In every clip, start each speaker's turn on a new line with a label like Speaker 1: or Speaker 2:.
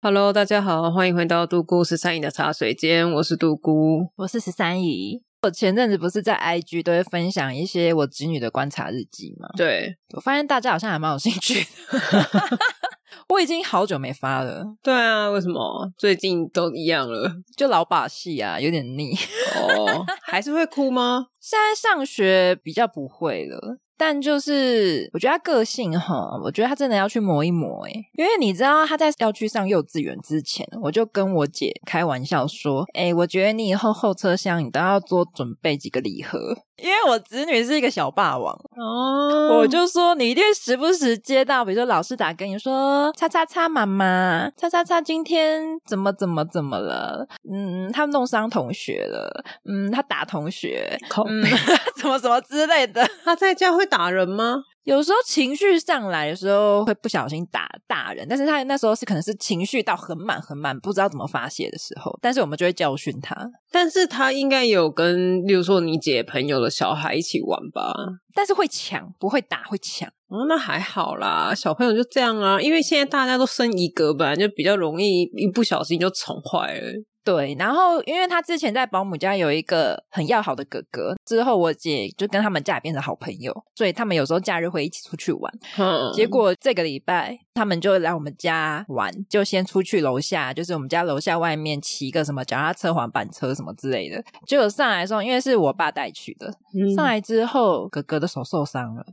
Speaker 1: Hello，大家好，欢迎回到杜姑十三姨的茶水间，我是杜姑。
Speaker 2: 我是十三姨。我前阵子不是在 IG 都会分享一些我侄女的观察日记吗？
Speaker 1: 对
Speaker 2: 我发现大家好像还蛮有兴趣的。 我已经好久没发了，
Speaker 1: 对啊，为什么最近都一样了？
Speaker 2: 就老把戏啊，有点腻。
Speaker 1: 哦，还是会哭 吗？
Speaker 2: 现在上学比较不会了。但就是，我觉得他个性哈，我觉得他真的要去磨一磨诶、因为你知道他在要去上幼稚园之前，我就跟我姐开玩笑说，诶、我觉得你以后后车厢你都要多准备几个礼盒，因为我侄女是一个小霸王，
Speaker 1: 哦
Speaker 2: 我就说你一定时不时接到，比如说老师打给你说“叉叉叉妈妈”，“叉叉叉今天怎么怎么怎么了”，嗯，他弄伤同学了，嗯，他打同学，
Speaker 1: 靠
Speaker 2: 嗯， 怎么怎么之类的。
Speaker 1: 他在家会打人吗？
Speaker 2: 有时候情绪上来的时候会不小心打大人，但是他那时候是可能是情绪到很满很满，不知道怎么发泄的时候，但是我们就会教训他。
Speaker 1: 但是他应该有跟，例如说你姐朋友的小孩一起玩吧？
Speaker 2: 但是会抢，不会打，会抢。
Speaker 1: 哦，那还好啦，小朋友就这样啊，因为现在大家都升一格，本来就比较容易一不小心就宠坏了。
Speaker 2: 对，然后因为他之前在保姆家有一个很要好的哥哥，之后我姐就跟他们家也变成好朋友，所以他们有时候假日会一起出去玩。
Speaker 1: 嗯
Speaker 2: 结果这个礼拜他们就来我们家玩，就先出去楼下，就是我们家楼下外面骑个什么脚踏车、滑板车什么之类的。结果上来的时候，因为是我爸带去的，
Speaker 1: 嗯
Speaker 2: 上来之后哥哥的手受伤了。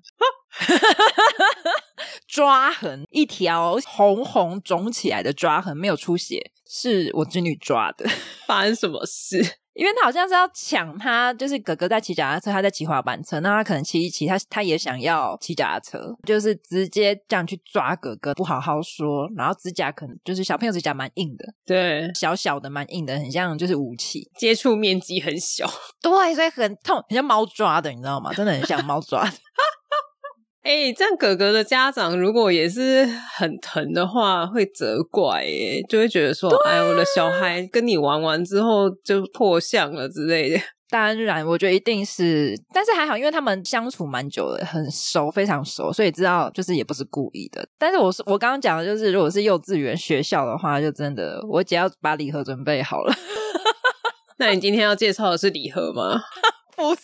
Speaker 2: 抓痕一条红红肿起来的抓痕，没有出血，是我侄女抓的。
Speaker 1: 发生什么事？
Speaker 2: 因为他好像是要抢他，就是哥哥在骑脚踏车，他在骑滑板车，那他可能骑一骑，他他也想要骑脚踏车，就是直接这样去抓哥哥，不好好说，然后指甲可能就是小朋友指甲蛮硬的，
Speaker 1: 对，
Speaker 2: 小小的蛮硬的，很像就是武器，
Speaker 1: 接触面积很小。
Speaker 2: 对，所以很痛，很像猫抓的，你知道吗？真的很像猫抓的。
Speaker 1: 哎、这样哥哥的家长如果也是很疼的话，会责怪耶，就会觉得说，哎，我的小孩跟你玩完之后就破相了之类的。
Speaker 2: 当然，我觉得一定是，但是还好，因为他们相处蛮久了，很熟，非常熟，所以知道就是也不是故意的。但是我是我刚刚讲的就是，如果是幼稚园学校的话，就真的我姐要把礼盒准备好了。
Speaker 1: 那你今天要介绍的是礼盒吗？
Speaker 2: 不是，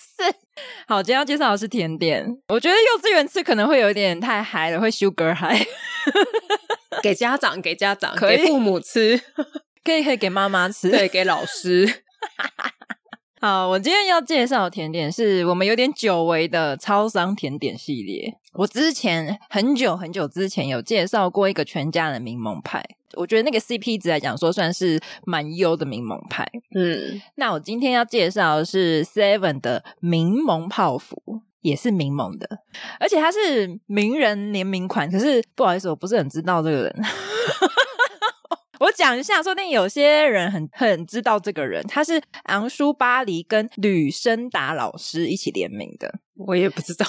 Speaker 2: 好，今天要介绍的是甜点。我觉得幼稚园吃可能会有一点太嗨了，会 sugar high，
Speaker 1: 给家长，给家长，
Speaker 2: 可以
Speaker 1: 给父母 吃，
Speaker 2: 可以可以给妈妈吃。
Speaker 1: 对，给老师。
Speaker 2: 好，我今天要介绍的甜点是我们有点久违的超商甜点系列。我之前很久很久之前有介绍过一个全家的柠檬派，我觉得那个 CP 值来讲说算是蛮优的柠檬派。
Speaker 1: 嗯，
Speaker 2: 那我今天要介绍的是 Seven 的柠檬泡芙。也是柠檬的，而且它是名人联名款。可是不好意思，我不是很知道这个人。 我讲一下，说不定有些人很很知道这个人，他是昂舒巴黎跟吕申达老师一起联名的。
Speaker 1: 我也不知道。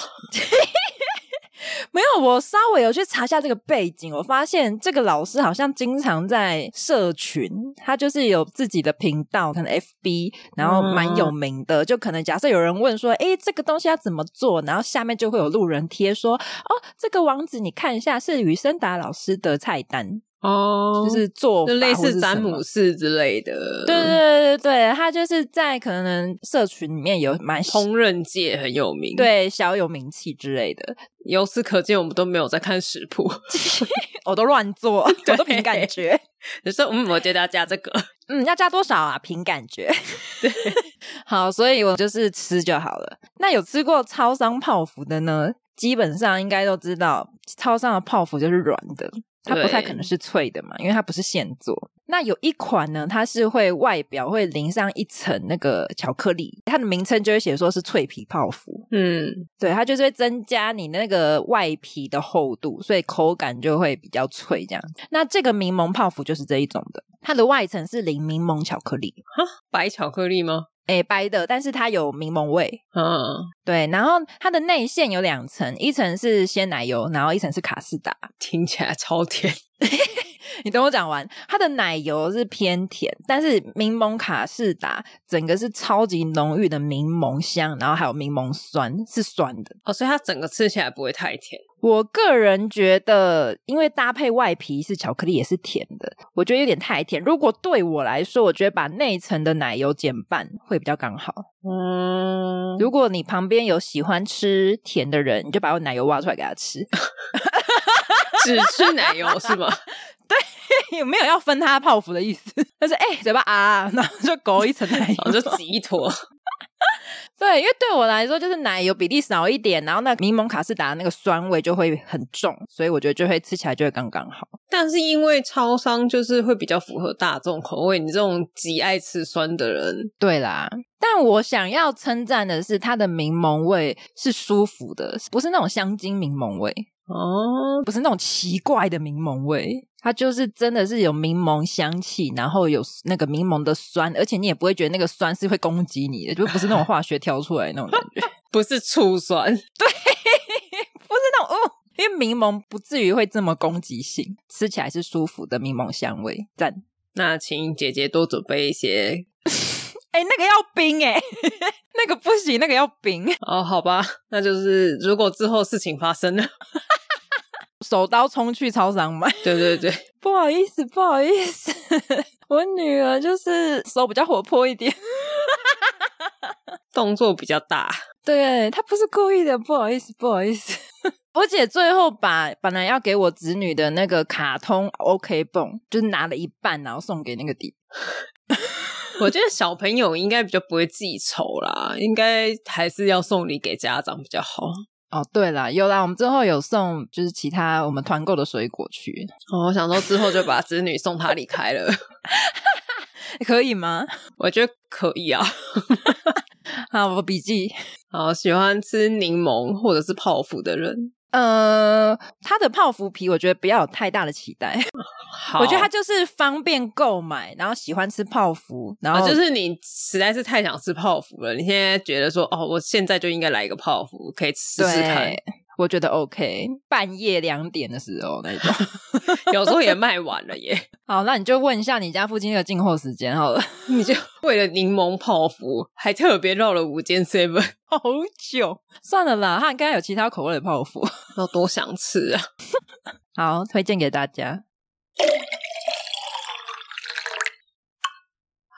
Speaker 2: 没有，我稍微有去查一下这个背景，我发现这个老师好像经常在社群，他就是有自己的频道，可能 FB，然后蛮有名的。就可能假设有人问说，诶，这个东西要怎么做，然后下面就会有路人贴说，哦，这个网址你看一下，是宇森达老师的菜单，
Speaker 1: 哦
Speaker 2: 就是做
Speaker 1: 就类似詹
Speaker 2: 詹
Speaker 1: 姆斯之类的，
Speaker 2: 对对对对，他就是在可能社群里面有蛮
Speaker 1: 烹饪界很有名。，
Speaker 2: 对小有名气之类的，
Speaker 1: 由此可见，我们都没有在看食谱，
Speaker 2: 我都乱做， 我都凭感
Speaker 1: 对
Speaker 2: 觉。
Speaker 1: 就是嗯，我觉得要加这个。
Speaker 2: 嗯，要加多少啊？凭感觉。 好，所以我就是吃就好了。那有吃过超商泡芙的呢？基本上应该都知道，超商的泡芙就是软的，它不太可
Speaker 1: 对
Speaker 2: 能是脆的嘛，因为它不是现做。那有一款呢，它是会外表会淋上一层那个巧克力，它的名称就会写说是脆皮泡芙，
Speaker 1: 嗯，
Speaker 2: 对，它就是会增加你那个外皮的厚度，所以口感就会比较脆这样。那这个柠檬泡芙就是这一种的，它的外层是淋柠檬巧克力，
Speaker 1: 哈，白巧克力吗？
Speaker 2: 诶、白的，但是它有柠檬味，
Speaker 1: 啊，
Speaker 2: 对，然后它的内馅有两层，一层是鲜奶油，然后一层是卡士达。
Speaker 1: 听起来超甜。
Speaker 2: 你等我讲完，它的奶油是偏甜，但是柠檬卡士达整个是超级浓郁的柠檬香，然后还有柠檬酸，是酸的。
Speaker 1: 哦，所以它整个吃起来不会太甜。
Speaker 2: 我个人觉得，因为搭配外皮是巧克力也是甜的，我觉得有点太甜。如果对我来说，我觉得把内层的奶油减半会比较刚好。
Speaker 1: 嗯，
Speaker 2: 如果你旁边有喜欢吃甜的人，你就把我奶油挖出来给他吃。
Speaker 1: 只吃奶油是 吗？
Speaker 2: 也没有要分他泡芙的意思， 但是哎、欸嘴巴啊，然后就勾一层奶油，
Speaker 1: 我哦就挤一坨。
Speaker 2: 对，因为对我来说就是奶油比例少一点，然后那柠檬卡士达那个酸味就会很重，所以我觉得就会吃起来就会刚刚好。
Speaker 1: 但是因为超商就是会比较符合大众口味，你这种极爱吃酸的人，
Speaker 2: 对啦，但我想要称赞的是它的柠檬味是舒服的，不是那种香精柠檬味，
Speaker 1: 哦，
Speaker 2: 不是那种奇怪的柠檬味。它就是真的是有柠檬香气，然后有那个柠檬的酸，而且你也不会觉得那个酸是会攻击你的，就不是那种化学调出来的那种感觉。
Speaker 1: 不是醋酸，
Speaker 2: 不是那种哦，因为柠檬不至于会这么攻击性，吃起来是舒服的柠檬香味，赞。
Speaker 1: 那请姐姐多准备一些
Speaker 2: 哎、那个要冰哎、 那个不行，那个要冰，
Speaker 1: 哦。好吧，那就是如果之后事情发生了，
Speaker 2: 手刀冲去超商买。
Speaker 1: 对对对，
Speaker 2: 不好意思，不好意思， 我女儿就是手比较活泼一点，
Speaker 1: 动作比较大，
Speaker 2: 对她不是故意的，不好意思，不好意思。 我姐最后把本来要给我侄女的那个卡通 OK 泵，就是拿了一半，然后送给那个弟弟。
Speaker 1: 我觉得小朋友应该比较不会记仇啦，应该还是要送礼给家长比较好。
Speaker 2: 哦，对啦，有啦，我们之后有送就是其他我们团购的水果去，
Speaker 1: 哦，我想说之后就把子女送他离开了，
Speaker 2: 可以吗？
Speaker 1: 我觉得可以啊。
Speaker 2: 好，我笔记。
Speaker 1: 好，喜欢吃柠檬或者是泡芙的人，
Speaker 2: 呃，它的泡芙皮我觉得不要有太大的期待，
Speaker 1: 好，哦
Speaker 2: 我觉得它就是方便购买，然后喜欢吃泡芙，然
Speaker 1: 啊，
Speaker 2: 后、
Speaker 1: 就是你实在是太想吃泡芙了，你现在觉得说哦，我现在就应该来一个泡芙，可以试试看
Speaker 2: 对。，我觉得 OK。半夜两点的时候那 种，
Speaker 1: 有时候也卖完了耶，
Speaker 2: 好，那你就问一下你家附近那个进货时间好 了，
Speaker 1: 你就为了柠檬泡芙，还特别绕了五间 seven，
Speaker 2: 好久，算了啦，他应该有其他口味的泡芙，
Speaker 1: 要多想吃啊！
Speaker 2: 好，推荐给大家。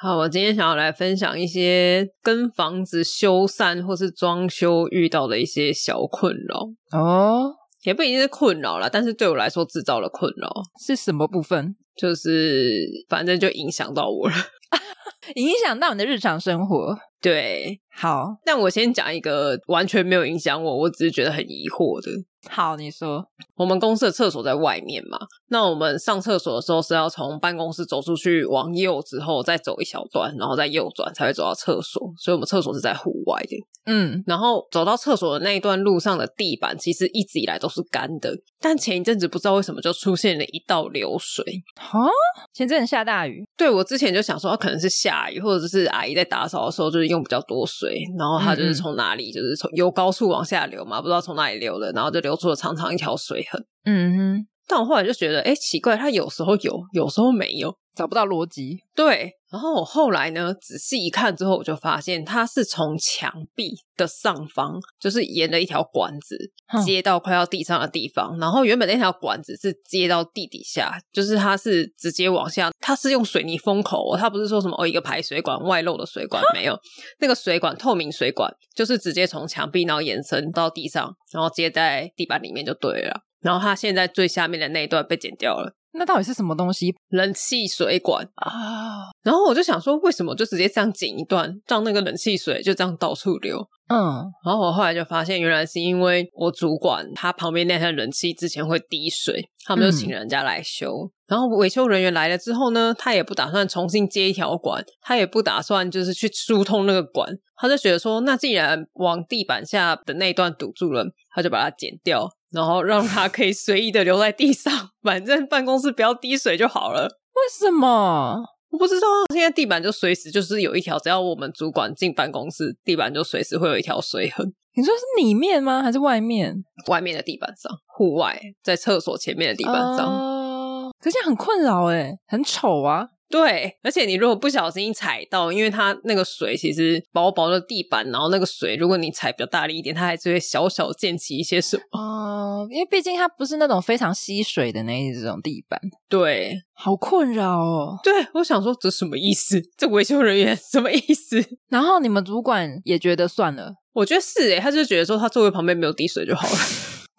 Speaker 1: 好，我今天想要来分享一些跟房子修缮或是装修遇到的一些小困扰，
Speaker 2: 哦，
Speaker 1: 也不一定是困扰啦，但是对我来说制造了困扰，
Speaker 2: 是什么部分
Speaker 1: 就是反正就影响到我了。
Speaker 2: 影响到你的日常生活？
Speaker 1: 对，
Speaker 2: 好
Speaker 1: 但我先讲一个完全没有影响我，我只是觉得很疑惑的。
Speaker 2: 好，你说，
Speaker 1: 我们公司的厕所在外面嘛，那我们上厕所的时候是要从办公室走出去，往右之后再走一小段，然后再右转才会走到厕所，所以我们厕所是在户外的。
Speaker 2: 嗯，
Speaker 1: 然后走到厕所的那一段路上的地板，其实一直以来都是干的，但前一阵子不知道为什么就出现了一道流水。
Speaker 2: 哦，前阵子下大雨，
Speaker 1: 对我之前就想说，啊可能是下雨，或者是阿姨在打扫的时候就是用比较多水，然后它就
Speaker 2: 嗯嗯
Speaker 1: 是从哪里就是从由高处往下流嘛，不知道从哪里流的，然后就流出了长长一条水痕。
Speaker 2: 嗯哼，
Speaker 1: 但我后来就觉得，哎、奇怪，它有时候有，有时候没有。
Speaker 2: 找不到逻辑，
Speaker 1: 对，然后我后来呢，仔细一看之后，我就发现它是从墙壁的上方，就是沿着一条管子
Speaker 2: 哼
Speaker 1: 接到快要地上的地方，然后原本那条管子是接到地底下，就是它是直接往下，它是用水泥封口、哦，它不是说什么哦一个排水管外露的水管没有，那个水管透明水管就是直接从墙壁然后延伸到地上，然后接在地板里面就对了啦。然后它现在最下面的那一段被剪掉了，
Speaker 2: 那到底是什么东西
Speaker 1: 冷气水管。
Speaker 2: 啊？
Speaker 1: 然后我就想说，为什么就直接这样剪一段，让那个冷气水就这样到处流？
Speaker 2: 嗯，
Speaker 1: 然后我后来就发现，原来是因为我主管他旁边那台冷气之前会滴水，他们就请人家来修。然后维修人员来了之后呢，他也不打算重新接一条管，他也不打算就是去疏通那个管，他就觉得说，那既然往地板下的那一段堵住了，他就把它剪掉，然后让它可以随意的留在地上， 反正办公室不要滴水就好了。
Speaker 2: 为什么？
Speaker 1: 我不知道，现在地板就随时就是有一条，只要我们主管进办公室，地板就随时会有一条水痕。
Speaker 2: 你说是里面吗？还是外面？
Speaker 1: 外面的地板上，户外在厕所前面的地
Speaker 2: 地
Speaker 1: 板上。
Speaker 2: 哦、可是这样很困扰哎，很丑啊。
Speaker 1: 对，而且你如果不小心踩到，因为它那个水其实薄薄的地板，然后那个水如果你踩比较大力一点，它还是会小小溅起一些什么。
Speaker 2: 哦，因为毕竟它不是那种非常吸水的那一种地板，
Speaker 1: 对，
Speaker 2: 好困扰哦。
Speaker 1: 对我想说这什么意思？这维修人员什么意思？
Speaker 2: 然后你们主管也觉得算了，
Speaker 1: 我觉得是欸诶、他就觉得说他座位旁边没有滴水就好了。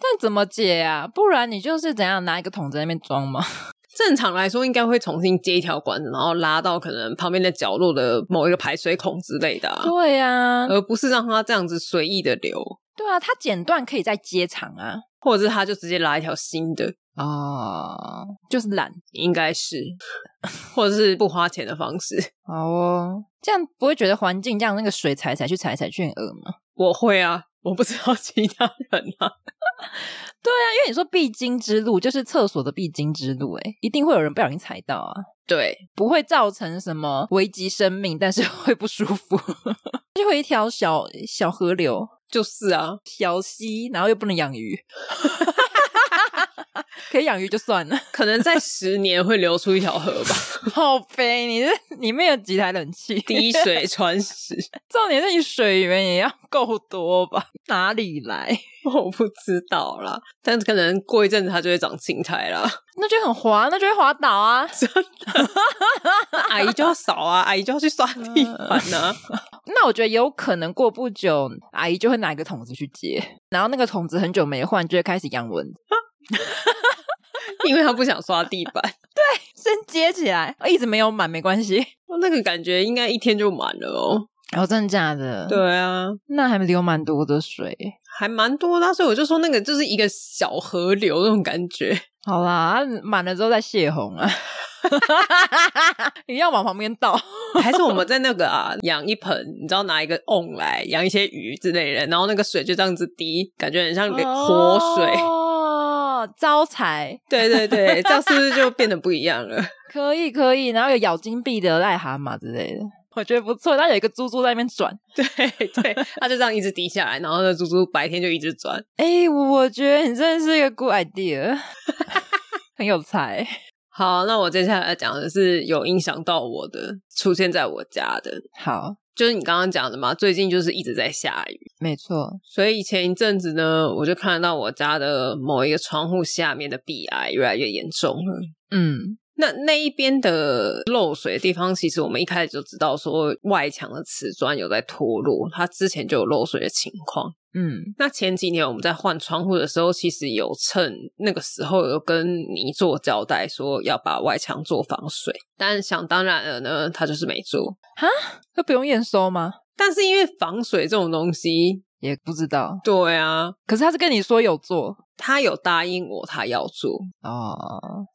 Speaker 2: 但怎么解啊？不然你就是怎样拿一个桶在那边装 吗？
Speaker 1: 正常来说应该会重新接一条管子，然后拉到可能旁边的角落的某一个排水孔之类的、啊，
Speaker 2: 对呀、
Speaker 1: 而不是让它这样子随意的流。
Speaker 2: 对啊，它剪断可以再接长啊。
Speaker 1: 或者是他就直接拉一条新的，
Speaker 2: 哦，就是懒
Speaker 1: 应该 是，或者是不花钱的方式。
Speaker 2: 哦，这样不会觉得环境这样那个水踩来踩去踩来踩去很恶吗？
Speaker 1: 我会啊，我不知道其他人啊。
Speaker 2: 对啊，因为你说必经之路就是厕所的必经之路，诶，一定会有人不小心踩到啊，
Speaker 1: 对，
Speaker 2: 不会造成什么危及生命，但是 会不舒服，就会一条小小河流、
Speaker 1: 就是啊，
Speaker 2: 小溪，然后又不能养鱼， 可以养鱼就算了，
Speaker 1: 可能在十年会流出一条河 吧，
Speaker 2: 好肥，你这里面有几台冷气？
Speaker 1: 滴水穿 石。
Speaker 2: 重点是你水源也要够多吧？哪里来？
Speaker 1: 我不知道啦，但可能过一阵子它就会长青苔 啦。
Speaker 2: 那就很滑，那就会滑倒啊。
Speaker 1: 那阿姨就要扫啊，阿姨就要去刷地板啊。
Speaker 2: 那我觉得有可能过不久，阿姨就会拿一个桶子去接，然后那个桶子很久没换，就会开始养蚊子，
Speaker 1: 因为她不想刷地板。
Speaker 2: 先接起来，一直没有满没关系。
Speaker 1: 哦那个感觉应该一天就满了哦。
Speaker 2: 然后真的假的？，
Speaker 1: 对啊，
Speaker 2: 那还流蛮多的水。
Speaker 1: 还蛮多的啊、所以我就说那个就是一个小河流那种感觉。
Speaker 2: 好啦，啊满了之后再泄洪啊， 你要往旁边倒。
Speaker 1: 还是我们在那个啊养一盆，你知道拿一个瓮来养一些鱼之类的，然后那个水就这样子滴，感觉很像活水。
Speaker 2: 哦，招财
Speaker 1: 对对对，这样是不是就变得不一样了？
Speaker 2: 可以可以，然后有咬金币的癞蛤蟆之类的，我觉得不错。它有一个猪猪在那边转，
Speaker 1: 对对，它就这样一直滴下来，然后那猪猪白天就一直转。
Speaker 2: 哎，我我觉得你真的是一个 good idea，很有才。
Speaker 1: 好，那我接下来要讲的是有影响到我的，出现在我家的，
Speaker 2: 好，
Speaker 1: 就是你刚刚讲的嘛，最近就是一直在下雨。
Speaker 2: 没错，
Speaker 1: 所以前一阵子呢，我就看到我家的某一个窗户下面的壁癌越来越严重了。
Speaker 2: 嗯，
Speaker 1: 那那一边的漏水的地方，其实我们一开始就知道说外墙的瓷砖有在脱落，它之前就有漏水的情况。
Speaker 2: 嗯，
Speaker 1: 那前几年我们在换窗户的时候，其实有趁那个时候有跟泥做交代说要把外墙做防水，但想当然了呢，它就是没做。
Speaker 2: 那不用验收吗？
Speaker 1: 但是因为防水这种东西，
Speaker 2: 也不知道，
Speaker 1: 对啊，
Speaker 2: 可是他是跟你说有做
Speaker 1: 他有答应我他要做，
Speaker 2: 哦，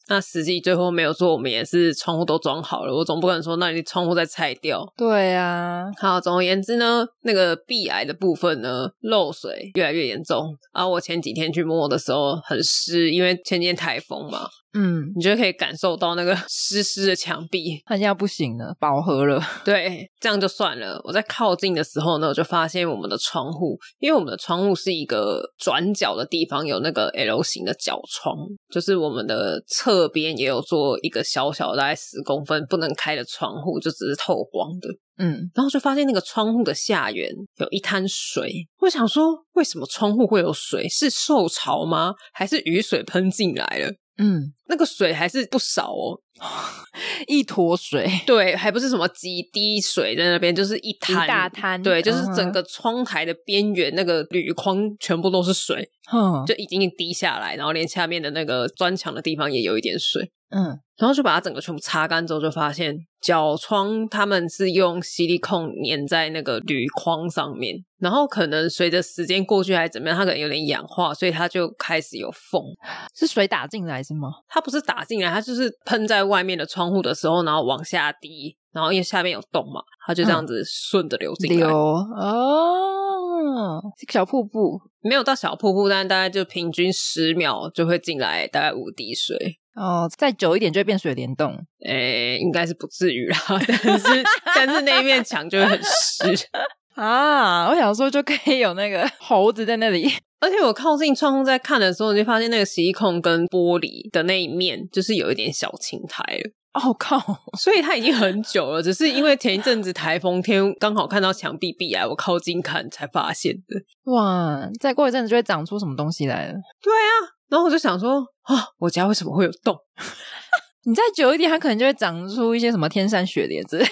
Speaker 1: 那实际最后没有做，我们也是窗户都装好了，我总不可能说那你窗户再拆掉。
Speaker 2: 对啊，
Speaker 1: 好，总而言之呢，那个壁癌的部分呢，漏水越来越严重。啊，我前几天去摸的时候很湿，因为前几天台风嘛，
Speaker 2: 嗯，
Speaker 1: 你就可以感受到那个 湿湿的墙壁。
Speaker 2: 他现在不行了，饱和了，
Speaker 1: 对，这样就算了。我在靠近的时候呢，我就发现我们的窗户，因为我们的窗户是一个转角的地方，有那个 L 型的角窗，就是我们的侧边也有做一个小小的大概十公分不能开的窗户，就只是透光的。
Speaker 2: 嗯，
Speaker 1: 然后就发现那个窗户的下缘有一滩水，我想说，为什么窗户会有水？是受潮吗？还是雨水喷进来了？
Speaker 2: 嗯，
Speaker 1: 那个水还是不少哦，
Speaker 2: 一坨水，
Speaker 1: 对，还不是什么几滴水在那边，就是一滩
Speaker 2: 一大滩
Speaker 1: 对，就是
Speaker 2: 嗯
Speaker 1: 整个窗台的边缘那个铝框全部都是水，
Speaker 2: 哼，
Speaker 1: 就已经滴下来，然后连下面的那个砖墙的地方也有一点水，
Speaker 2: 嗯，
Speaker 1: 然后就把它整个全部擦干之后，就发现角窗他们是用吸力控粘在那个铝框上面，然后可能随着时间过去还是怎么样，它可能有点氧化，所以它就开始有缝。
Speaker 2: 是水打进来是吗？
Speaker 1: 它不是打进来，它就是喷在外面的窗户的时候，然后往下滴，然后因为下面有洞嘛，它就这样子顺着流进来，
Speaker 2: 嗯流哦，小瀑布
Speaker 1: 没有到小瀑布，但大概就平均十秒就会进来大概五滴水。
Speaker 2: 哦，再久一点就会变水帘洞。
Speaker 1: 诶、应该是不至于啦， 但是但是那一面墙就会很湿，
Speaker 2: 啊，我想说就可以有那个 猴子在那里，
Speaker 1: 而且我靠近窗户在看的时候，你就发现那个洗衣控跟玻璃的那一面就是有一点小青苔了。
Speaker 2: 哦靠，
Speaker 1: 所以它已经很久了，只是因为前一阵子台风天刚好看到墙壁壁癌，我靠近看才发现的。
Speaker 2: 哇，再过一阵子就会长出什么东西来了。
Speaker 1: 然后我就想说啊，我家为什么会有洞？
Speaker 2: 你再久一点，它可能就会长出一些什么天山雪莲之类。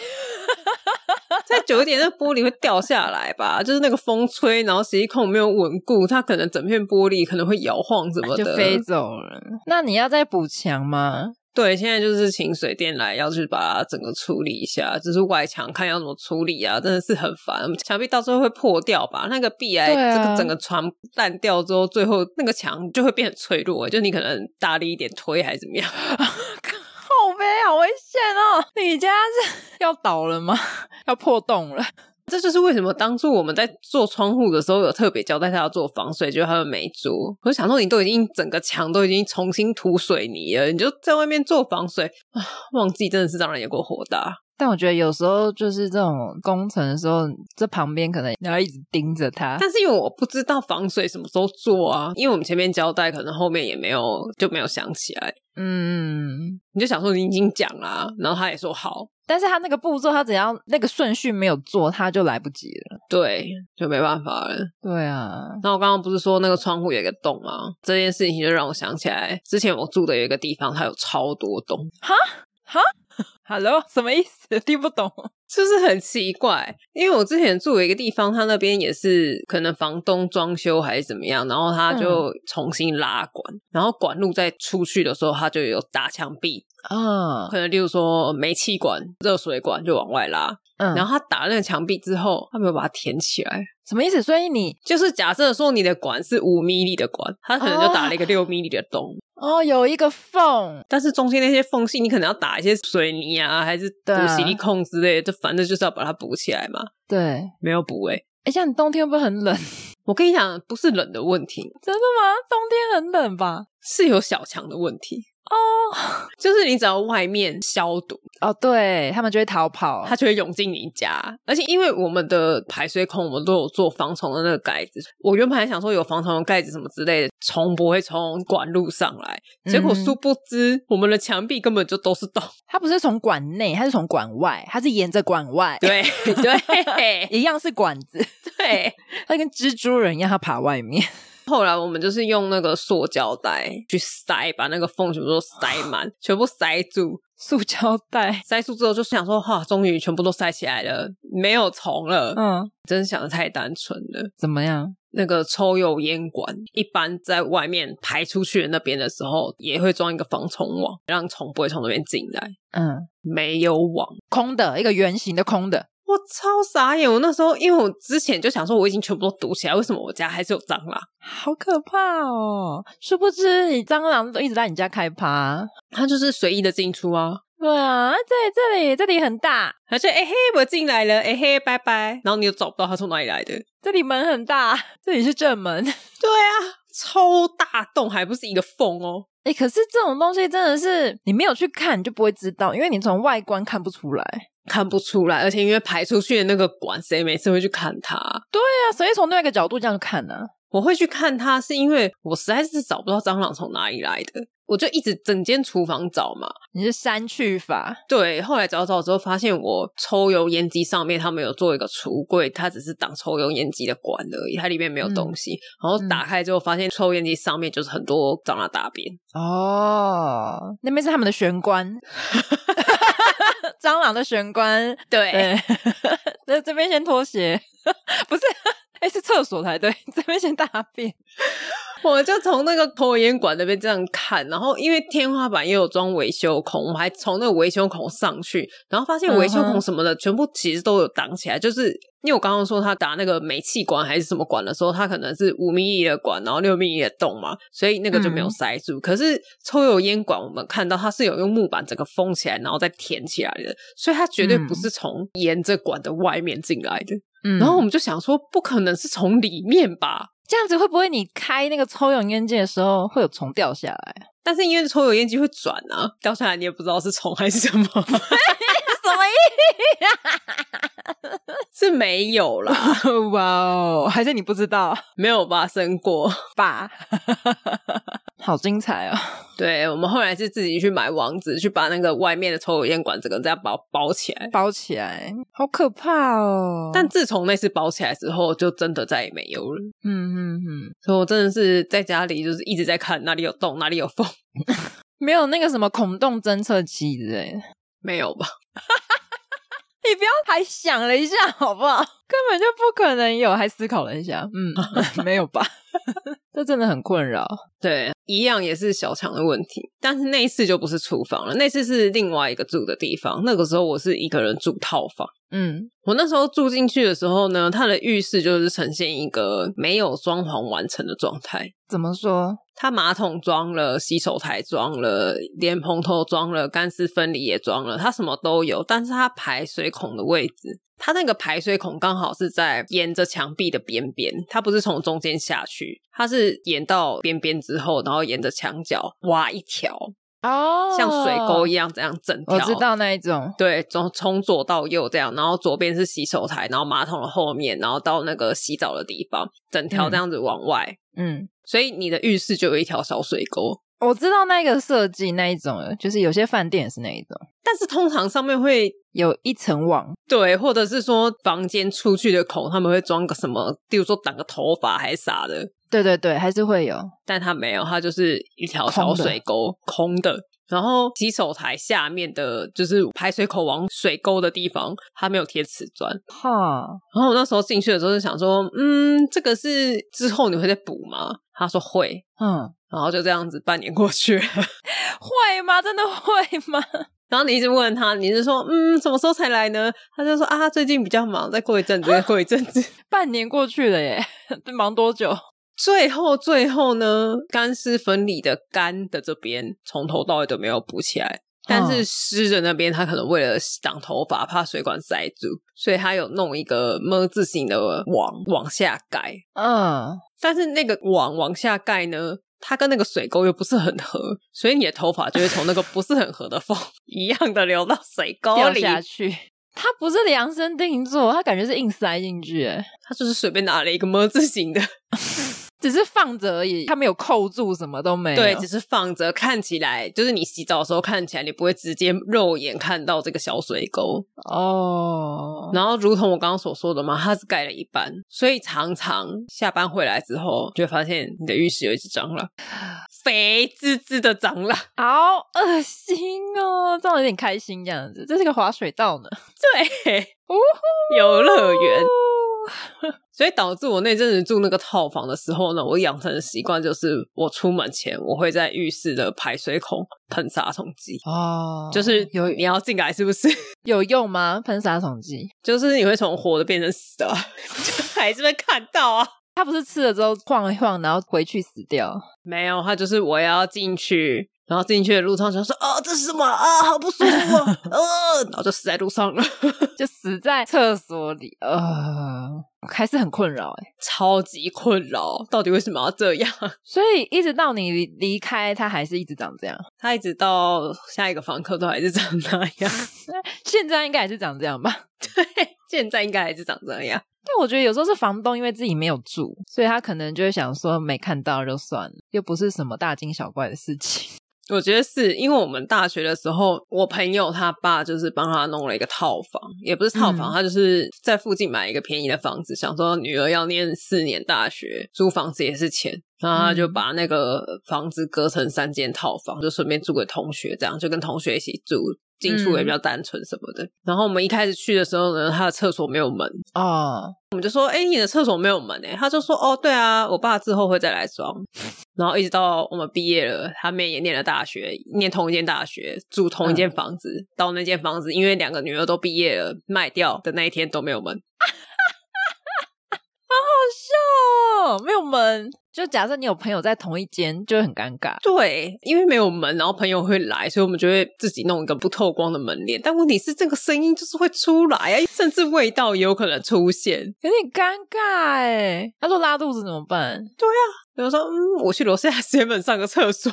Speaker 1: 再久一点，那玻璃会掉下来吧？就是那个风吹，然后洗衣孔没有稳固，它可能整片玻璃可能会摇晃什么
Speaker 2: 啊就
Speaker 1: 的。
Speaker 2: 飞走了。那你要再补墙吗？
Speaker 1: 对，现在就是请水电来，要去把它整个处理一下，就是外墙看要怎么处理啊，真的是很烦。墙壁到时候会破掉吧？那个壁癌、
Speaker 2: 对啊
Speaker 1: 这个整个床烂掉之后，最后那个墙就会变很脆弱，就你可能大力一点推还是怎么样，
Speaker 2: 靠呗，好危险哦！ 你家是要倒了吗？ 要破洞了？
Speaker 1: 这就是为什么当初我们在做窗户的时候有特别交代他要做防水，结果他们没做。我就想说，你都已经整个墙都已经重新涂水泥了，你就在外面做防水啊？忘记真的是让人也够火大。
Speaker 2: 但我觉得有时候就是这种工程的时候，这旁边可能你要一直盯着它。
Speaker 1: 但是因为我不知道防水什么时候做啊，因为我们前面交代，可能后面也没有就没有想起来。
Speaker 2: 嗯，
Speaker 1: 你就想说你已经讲啦、然后他也说好，
Speaker 2: 但是它那个步骤，它只要那个顺序没有做，它就来不及了。
Speaker 1: 对，就没办法了。
Speaker 2: 对啊，
Speaker 1: 那我刚刚不是说那个窗户有一个洞吗？这件事情就让我想起来，之前我住的有一个地方，它有超多洞，
Speaker 2: Hello，什么意思？听不懂。
Speaker 1: 就是很奇怪，因为我之前住的一个地方，他那边也是可能房东装修还是怎么样，然后
Speaker 2: 嗯
Speaker 1: 他就重新拉管，然后管路再出去的时候，他就有打墙壁，
Speaker 2: 啊，
Speaker 1: 可能例如说煤气管、热水管就往外拉，
Speaker 2: 嗯，
Speaker 1: 然后他打那个墙壁之后，他没有把它填起来，
Speaker 2: 什么意思？所以你
Speaker 1: 就是假设说你的管是五米里的管，他可能就打了一个六米里的洞，
Speaker 2: 哦有一个缝，
Speaker 1: 但是中间那些缝隙，你可能要打一些水泥啊，还是补
Speaker 2: 对啊
Speaker 1: 洗力控之类的，就反正就是要把它补起来嘛，
Speaker 2: 对。
Speaker 1: 没有补哎、
Speaker 2: 哎，像你冬天会不会很冷？
Speaker 1: 我跟你讲，不是冷的问题，
Speaker 2: 真的吗？冬天很冷吧？
Speaker 1: 是有小强的问题。
Speaker 2: 哦
Speaker 1: 就是你只要外面消毒，
Speaker 2: 哦，对他们就会逃跑。
Speaker 1: 它就会涌进你家。而且因为我们的排水孔，我们都有做防虫的那个盖子。我原本还想说有防虫的盖子什么之类的，虫不会从管路上来。结果
Speaker 2: 嗯
Speaker 1: 殊不知，我们的墙壁根本就都是 洞。
Speaker 2: 它不是从管内，它是从管外，它是沿着管外，，
Speaker 1: 对对
Speaker 2: 一样是管子，
Speaker 1: 对。
Speaker 2: 它跟蜘蛛人一样，它爬外面。
Speaker 1: 后来我们就是用那个塑胶袋去塞，把那个缝全部都塞满，全部塞住。
Speaker 2: 塑胶袋，
Speaker 1: 塞住之后就想说，哈，终于全部都塞起来了，没有虫了。
Speaker 2: 嗯，
Speaker 1: 真想的太单纯了。
Speaker 2: 怎么样？
Speaker 1: 那个抽油烟管一般在外面排出去的那边的时候，也会装一个防虫网，让虫不会从那边进来。
Speaker 2: 嗯，
Speaker 1: 没有网，
Speaker 2: 空的一个圆形的空的，
Speaker 1: 我超傻眼。我那时候因为我之前就想说，我已经全部都堵起来，为什么我家还是有蟑螂？
Speaker 2: 好可怕哦！殊不知你蟑螂都一直在你家开趴。
Speaker 1: 它就是随意的进出啊。
Speaker 2: 对啊，在这里这里很大，
Speaker 1: 它就哎、嘿，我进来了，哎、嘿，拜拜。然后你又找不到它从哪里来的。
Speaker 2: 这里门很大，这里是正门。
Speaker 1: 对啊，超大洞，还不是一个缝哦。
Speaker 2: 哎、可是这种东西真的是你没有去看，你就不会知道，因为你从外观看不出来。对
Speaker 1: 看不出来，而且因为排出去的那个管，谁每次会去看它？
Speaker 2: 啊，所以从另外一个角度这样看呢、
Speaker 1: 我会去看它，是因为我实在是找不到蟑螂从哪里来的。我就一直整间厨房找嘛。
Speaker 2: 你是删去法，
Speaker 1: 对，后来找找之后发现，我抽油烟机上面他们有做一个橱柜，它只是挡抽油烟机的管而已，它里面没有东西。然后打开之后发现，抽油烟机上面就是很多蟑螂大便。
Speaker 2: 哦，那边是他们的玄 关，蟑螂的玄关。
Speaker 1: 对
Speaker 2: 对， 那这边先脱鞋， 不是，哎、是厕所才对， 这边先大便。
Speaker 1: 我就从那个抽油烟管那边这样看，然后因为天花板也有装维修孔，我们还从那个维修孔上去，然后发现维修
Speaker 2: 嗯哼
Speaker 1: 孔什么的、全部其实都有挡起来，就是因为我刚刚说他打那个煤气管还是什么管的时候，他可能是五米米的管，然后六米米的洞嘛，所以那个就没
Speaker 2: 嗯
Speaker 1: 有塞住。可是抽油烟管我们看到它是有用木板整个封起来，然后再填起来的，所以它绝对不是从沿着管的外面进来的。
Speaker 2: 嗯
Speaker 1: 然后我们就想说，不可能是从里面吧？
Speaker 2: 这样子会不会你开那个抽油烟机的时候会有虫掉下来？
Speaker 1: 但是因为抽油烟机会转啊，掉下来你也不知道是虫还是什么，
Speaker 2: 什么意
Speaker 1: 是没有啦，
Speaker 2: 思？ 哇哦，还是你不知道
Speaker 1: 没有发生过。
Speaker 2: 吧？ 好精彩哦！
Speaker 1: 对我们后来是自己去买网子，去把那个外面的抽油烟管整个再包包起来。
Speaker 2: 包起来，好可怕哦！
Speaker 1: 但自从那次包起来之后，就真的再也没有了。
Speaker 2: 嗯嗯嗯，
Speaker 1: 所以我真的是在家里就是一直在看哪里有洞，哪里有缝，
Speaker 2: 没有那个什么孔洞侦测器之类的。
Speaker 1: 没有吧？
Speaker 2: 你不要还想了一下好不好？ 根本就不可能有，还思考了一下，嗯， 没有吧？这真的很困扰。
Speaker 1: 对，一样也是小强的问题，但是那一次就不是厨房了，那次是另外一个住的地方。那个时候我是一个人住套房。
Speaker 2: 嗯
Speaker 1: 我那时候住进去的时候呢，它的浴室就是呈现一个没有装潢完成的状态。
Speaker 2: 怎么说？
Speaker 1: 它马桶装了，洗手台装了，连蓬头装了，干湿分离也装了，它什么都有。但是它排水孔的位置，它那个排水孔刚好是在沿着墙壁的边边，它不是从中间下去，它是沿到边边之后，然后沿着墙角挖一条，
Speaker 2: 哦
Speaker 1: 像水沟一样这样整条。
Speaker 2: 我知道那一种。
Speaker 1: 对，从从左到右这样，然后左边是洗手台，然后马桶的后面，然后到那个洗澡的地方，整条这样子往外，
Speaker 2: 嗯，
Speaker 1: 所以你的浴室就有一条小水沟。
Speaker 2: 我知道那个设计那一种了，就是有些饭店也是那一种，
Speaker 1: 但是通常上面会
Speaker 2: 有一层网。
Speaker 1: 对，或者是说房间出去的孔，他们会装个什么，比如说挡个头发还是啥的，
Speaker 2: 对对对，还是会有。
Speaker 1: 但它没有，它就是一条小
Speaker 2: 空的
Speaker 1: 水沟，空的。然后洗手台下面的就是排水口往水沟的地方，它没有贴瓷砖，
Speaker 2: 哈，
Speaker 1: 然后我那时候进去的时候就想说，嗯，这个是之后你会再补吗？他说会，
Speaker 2: 嗯，
Speaker 1: 然后就这样子半年过去了。
Speaker 2: 会吗？真的会吗？
Speaker 1: 然后你一直问他，你是说，嗯，什么时候才来呢？他就说啊，他最近比较忙，再过一阵子，再过一阵子。
Speaker 2: 半年过去了耶， 忙多 久？
Speaker 1: 最后，最后呢，干湿分离的干的这边从头到尾都没有补起来，但是湿的那边他可能为了挡头发，怕水管塞住，所以他有弄一个么字形的网往下盖。
Speaker 2: 嗯，
Speaker 1: 但是那个网往下盖呢，它跟那个水沟又不是很合，所以你的头发就会从那个不是很合的缝 一样的流到水沟
Speaker 2: 掉
Speaker 1: 里。
Speaker 2: 下去。哦它不是量身定做，它感觉是硬塞进去耶。
Speaker 1: 他就是随便拿了一个么字形的，
Speaker 2: 只是放着而已，它没有扣住，什么都没有。
Speaker 1: 对，只是放着，看起来就是你洗澡的时候看起来，你不会直接肉眼看到这个小水沟。
Speaker 2: 哦，
Speaker 1: 然后，如同我刚刚所说的嘛，它是盖了一半，所以常常下班回来之后，就会发现你的浴室有一只蟑 螂，肥滋滋的蟑螂。
Speaker 2: 好恶心哦，这样有点开心这样子，这是个滑水道呢。
Speaker 1: 对，
Speaker 2: 哦
Speaker 1: 游乐园。 所以导致我那阵子住那个套房的时候呢，我养成的习惯就是，我出门前我会在浴室的排水孔喷杀虫剂，
Speaker 2: 哦
Speaker 1: 就是
Speaker 2: 有
Speaker 1: 你要进来是不是？
Speaker 2: 有用吗？喷杀虫剂，
Speaker 1: 就是你会从活的变成死的啊， 就还是会看到啊。
Speaker 2: 它不是吃了之后晃一晃，然后回去死掉。
Speaker 1: 没有，他就是我要进去，然后进去的路上想说，哦，这是什么啊？好不舒服哦，呃，然后就死在路上了，
Speaker 2: 就死在厕所里，呃，还是很困扰哎。
Speaker 1: 超级困扰。到底为什么要这样？
Speaker 2: 所以一直到你离离开，它还是一直长这样。
Speaker 1: 他一直到下一个房客都还是长那样，
Speaker 2: 现在应该还是长这样吧？
Speaker 1: 现在应该还是长这样。
Speaker 2: 但我觉得有时候是房东因为自己没有住，所以他可能就会想说没看到就算了，又不是什么大惊小怪的事情。
Speaker 1: 我觉得是因为我们大学的时候，我朋友他爸就是帮他弄了一个套房，也不是套房，
Speaker 2: 嗯
Speaker 1: 他就是在附近买一个便宜的房子，想说女儿要念四年大学，租房子也是钱。然后他就把那个房子隔成三间套房，就顺便租给同学，这样就跟同学一起住，进出也比较单纯什么的。然后我们一开始去的时候呢，他的厕所没有门，
Speaker 2: 哦，
Speaker 1: 我们就说：“哎、你的厕所没有门哎、他就说：“哦，对啊，我爸之后会再来装。”然后一直到我们毕业了，他们也念了大学，念同一间大学，住同一间房子，到那间房子，因为两个女儿都毕业了，卖掉的那一天都没有门。
Speaker 2: 好笑哦，没有门。就假设你有朋友在同一间，就会很尴尬。
Speaker 1: 对，因为没有门，然后朋友会来，所以我们就会自己弄一个不透光的门帘。但问题是，这个声音就是会出来啊，甚至味道也有可能出现。
Speaker 2: 有点尴尬哎。他说拉肚子怎么办？
Speaker 1: 比如说，嗯，我去楼下 seven 上个厕所，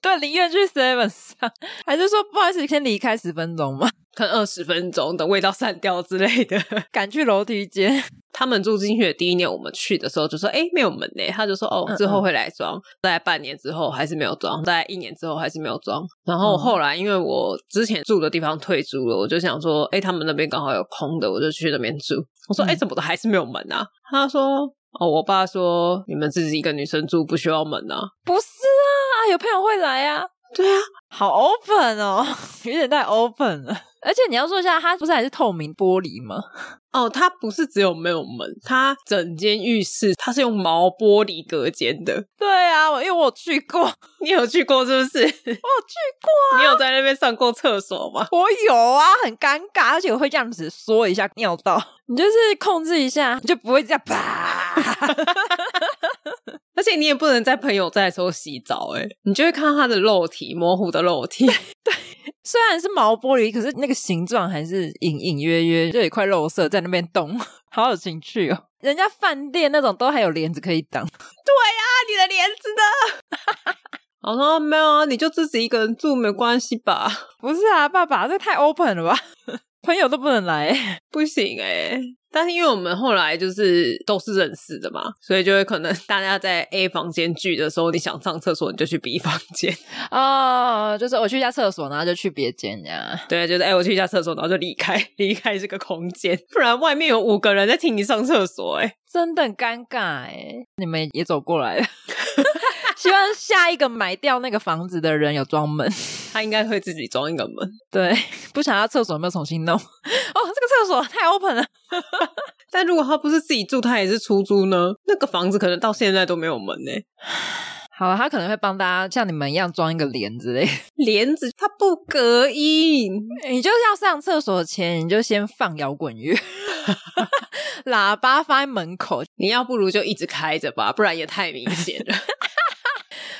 Speaker 2: 对，宁愿去 Seven 上，还是说不好意思，先离开十分钟嘛，
Speaker 1: 可能二十分钟，等味道散掉之类的。
Speaker 2: 赶去楼梯间。
Speaker 1: 他们住进去的第一年，我们去的时候就说：“哎、没有门呢、他就说：“哦
Speaker 2: 嗯，
Speaker 1: 之后会来装。在半年之后还是没有装，在一年之后还是没有装。然后
Speaker 2: 嗯
Speaker 1: 后来因为我之前住的地方退租了，我就想说：“哎、他们那边刚好有空的，我就去那边住。”我说：“
Speaker 2: 嗯
Speaker 1: 哎、怎么都还是没有门啊？”他说。哦，我爸说你们自己一个女生住不需要门啊。
Speaker 2: 不是啊，有朋友会来啊。
Speaker 1: 对啊，
Speaker 2: 好 open 哦， 有点太 open 了。而且你要说一下，它不是还是透明玻璃吗？
Speaker 1: 哦，它不是只有没有门，它整间浴室它是用毛玻璃隔间的。
Speaker 2: 对啊，我因为我有去过，我有
Speaker 1: 你有去过是不 是？
Speaker 2: 去过，啊
Speaker 1: 你有在那边上过厕所吗？
Speaker 2: 我有啊，很尴尬，而且我会这样子缩一下尿道， 你就是控制一下，你就不会这样啪。
Speaker 1: 而且你也不能在朋友在的时候洗澡、欸，你就会看到他的肉体，模糊的肉体。
Speaker 2: 虽然是毛玻璃，可是那个形状还是隐隐约约，就有一块肉色在那边动， 好有情趣哦。人家饭店那种都还有帘子可以挡， 啊
Speaker 1: 你的帘子呢？我说没有啊，你就自己一个人住没关系吧？
Speaker 2: 不是啊，爸爸，这太 open 了吧？ 朋友都不能来，
Speaker 1: 不行哎、但是因为我们后来就是都是认识的嘛，所以就会可能大家在 A 房间聚的时候，你想上厕所你就去 B 房间，
Speaker 2: 哦，就是我去一下厕所，然后就去别间呀。
Speaker 1: 对，就是哎、我去一下厕所，然后就离开，离开这个空间，不然外面有五个人在听你上厕所、欸，哎，
Speaker 2: 真的很尴尬哎，你们也走过来了。 希望下一个买掉那个房子的人有装门，
Speaker 1: 他应该会自己装一个门。
Speaker 2: 对，不想要厕所有没有重新弄？哦，这个厕所太 open 了，
Speaker 1: 但如果他不是自己住，他也是出租呢，那个房子可能到现在都没有门呢、
Speaker 2: 好啊，他可能会帮大家像你们一样装一个帘之类的。
Speaker 1: 帘子它不隔音，
Speaker 2: 你就是要上厕所前，你就先放摇滚乐， 喇叭放在门口，
Speaker 1: 你要不如就一直开着吧，不然也太明显了。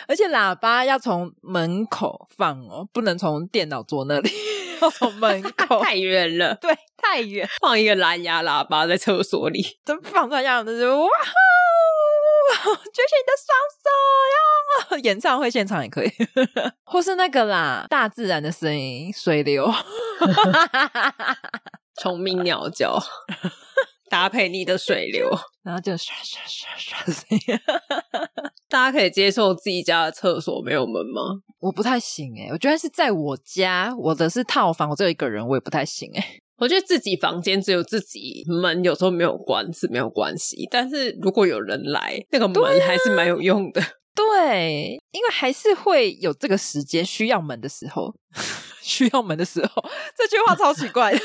Speaker 2: 而且喇叭要从门口放哦，不能从电脑桌那里， 要从门口。
Speaker 1: 太远了，
Speaker 2: 对，太远，
Speaker 1: 放一个蓝牙喇叭在厕所里，
Speaker 2: 真放出来让人就是哇哦吼，举起你的双手呀！演唱会现场也可以， 或是那个啦，大自然的声音，水流。
Speaker 1: 虫鸣鸟叫，搭配你的水流，
Speaker 2: 然后就刷刷刷刷的声音，
Speaker 1: 大家可以接受自己家的厕所没有门吗？
Speaker 2: 我不太行欸诶、我觉得是在我家，我的是套房，我只有一个人，我也不太行诶、欸
Speaker 1: 我觉得自己房间只有自己门，有时候没有关是没有关系，但是如果有人来，那个门还是蛮有用的。
Speaker 2: 对，因为还是会有这个时间需要门的时候， 需要门的时候，这句话超奇怪的。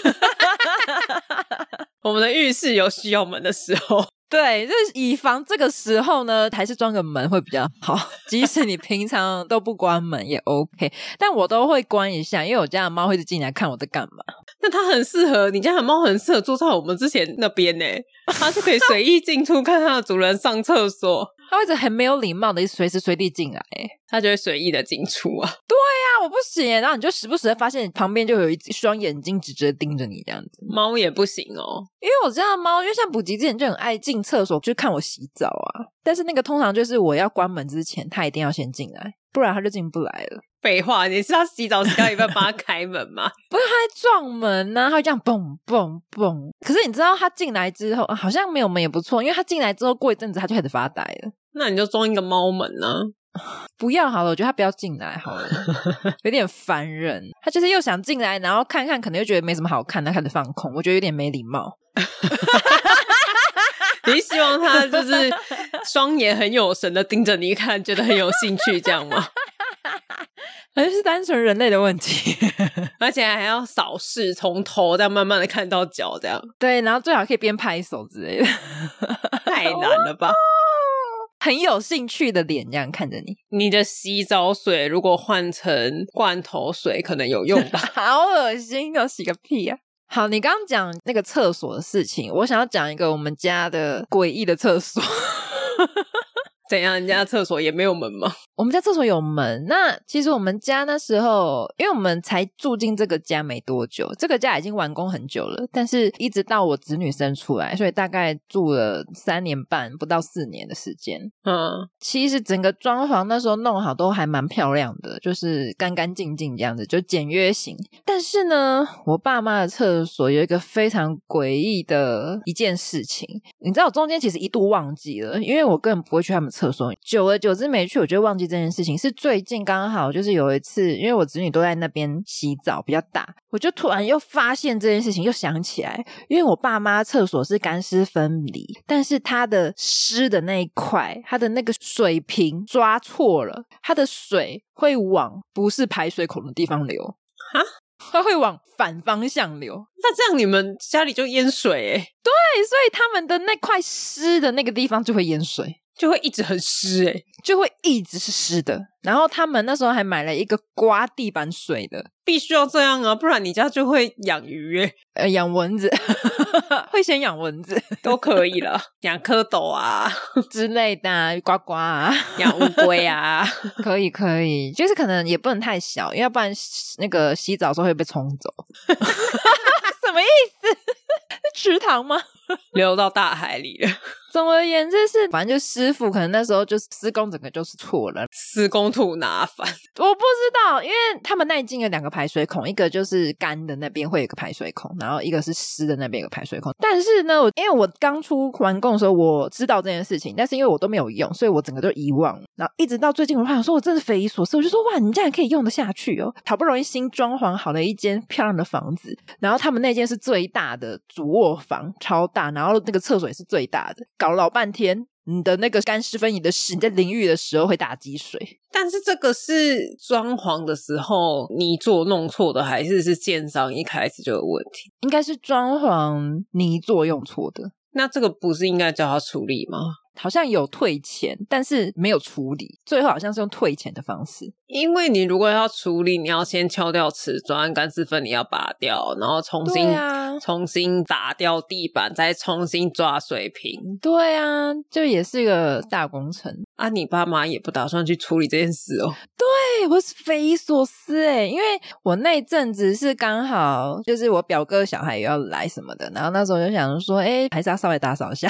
Speaker 1: 我们的浴室有需要门的时候，
Speaker 2: 对，就是以防这个时候呢，还是装个门会比较好。即使你平常都不关门也 OK，但我都会关一下，因为我家的猫会一直进来看我在干嘛。
Speaker 1: 那它很适合你家的猫，很适合坐在我们之前那边呢，它就可以随意进出，看它的主人上厕所，
Speaker 2: 它会一直很没有礼貌的，随时随地进来。哎
Speaker 1: 它就会随意的进出啊。
Speaker 2: 呀，我不行耶！然后你就时不时的发现旁边就有一只双眼睛直直的盯着你这样子。
Speaker 1: 猫也不行哦，
Speaker 2: 因为我家的猫，因为像补吉之前就很爱进厕所去看我洗澡啊，但是那个通常就是我要关门之前，它一定要先进来，不然它就进不来了。
Speaker 1: 废话，你是要洗澡洗到一半帮它开门吗？
Speaker 2: 不是他在撞门呐、啊，他会这样蹦蹦蹦。可是你知道他进来之后，啊好像没有门也不错，因为他进来之后过一阵子他就开始发呆了。
Speaker 1: 那你就装一个猫门呢、啊
Speaker 2: 不要好了，我觉得他不要进来 好了，有点烦人。他就是又想进来，然后看看，可能又觉得没什么好看，他开始放空，我觉得有点没礼貌。
Speaker 1: 你希望他就是双眼很有神的盯着你看，觉得很有兴趣，这样吗？
Speaker 2: 好像是单纯人类的问题，
Speaker 1: 而且还要扫视，从头这样慢慢的看到脚，这样
Speaker 2: 对，然后最好可以边拍手之类的，
Speaker 1: 太难了吧？
Speaker 2: 很有兴趣的脸这样看着你，
Speaker 1: 你的洗澡水如果换成罐头水，可能有用吧？
Speaker 2: 好恶心哦，洗个屁啊！好，你刚刚讲那个厕所的事情，我想要讲一个我们家的诡异的厕所。
Speaker 1: 怎样？人家厕所也没有门吗？
Speaker 2: 我们家厕所有门。那其实我们家那时候，因为我们才住进这个家没多久，这个家已经完工很久了，但是一直到我子女生出来，所以大概住了三年半，不到四年的时间。
Speaker 1: 嗯，
Speaker 2: 其实整个装潢那时候弄好都还蛮漂亮的，就是干干净净这样子，就简约型。但是呢，我爸妈的厕所有一个非常诡异的一件事情，你知道我中间其实一度忘记了，因为我根本不会去他们厕所，久而久之没去，我就忘记这件事情。是最近刚好就是有一次，因为我子女都在那边洗澡比较大，我就突然又发现这件事情，又想起来，因为我爸妈厕所是干湿分离，但是他的湿的那一块，他的那个水瓶抓错了，他的水会往不是排水孔的地方流，
Speaker 1: 哈，
Speaker 2: 它会往反方向流。
Speaker 1: 那这样你们家里就淹水、欸，
Speaker 2: 对，所以他们的那块湿的那个地方就会淹水，
Speaker 1: 就会一直很湿、欸，哎，
Speaker 2: 就会一直是湿的。然后他们那时候还买了一个刮地板水的，
Speaker 1: 必须要这样啊，不然你家就会养鱼、欸，
Speaker 2: 呃，养蚊子， 会先养蚊子
Speaker 1: 都可以了，养蝌蚪啊，
Speaker 2: 之类的啊、呱呱啊，
Speaker 1: 养乌龟啊，
Speaker 2: 可以可以，就是可能也不能太小，要不然洗那个洗澡的时候会被冲走。 什么意思？池塘吗？
Speaker 1: 流到大海里了，
Speaker 2: 总而言之是，反正就师傅可能那时候就是施工整个就是错了，
Speaker 1: 施工吐拿反，
Speaker 2: 我不知道，因为他们那一进有两个排水孔，一个就是干的那边会有一个排水孔，然后一个是湿的那边有个排水孔。但是呢，我因为我刚出完工的时候，我知道这件事情，但是因为我都没有用，所以我整个就遗忘了。然后一直到最近，我想说，我真的匪夷所思，我就说哇，你这样可以用得下去哦！好不容易新装潢好了一间漂亮的房子，然后他们那间是最大的主卧房，超大，然后那个厕所也是最大的，搞了老半天。你的那个干湿分离的湿，你在淋浴的时候会打积水，
Speaker 1: 但是这个是装潢的时候泥做弄错的，还是是建商一开始就有问题？
Speaker 2: 应该是装潢泥作用错的，
Speaker 1: 那这个不是应该叫他处理吗？
Speaker 2: 好像有退钱，但是没有处理，最后好像是用退钱的方式。
Speaker 1: 因为你如果要处理，你要先敲掉瓷砖，干湿分离要拔掉，然后重新、
Speaker 2: 对啊
Speaker 1: 重新打掉地板，再重新抓水平。
Speaker 2: 对啊，就也是个大工程。
Speaker 1: 啊，你爸妈也不打算去处理这件事哦。
Speaker 2: 对，我是匪夷所思哎，因为我那一阵子是刚好就是我表哥小孩也要来什么的，然后那时候就想说，哎，还是要稍微打扫一下，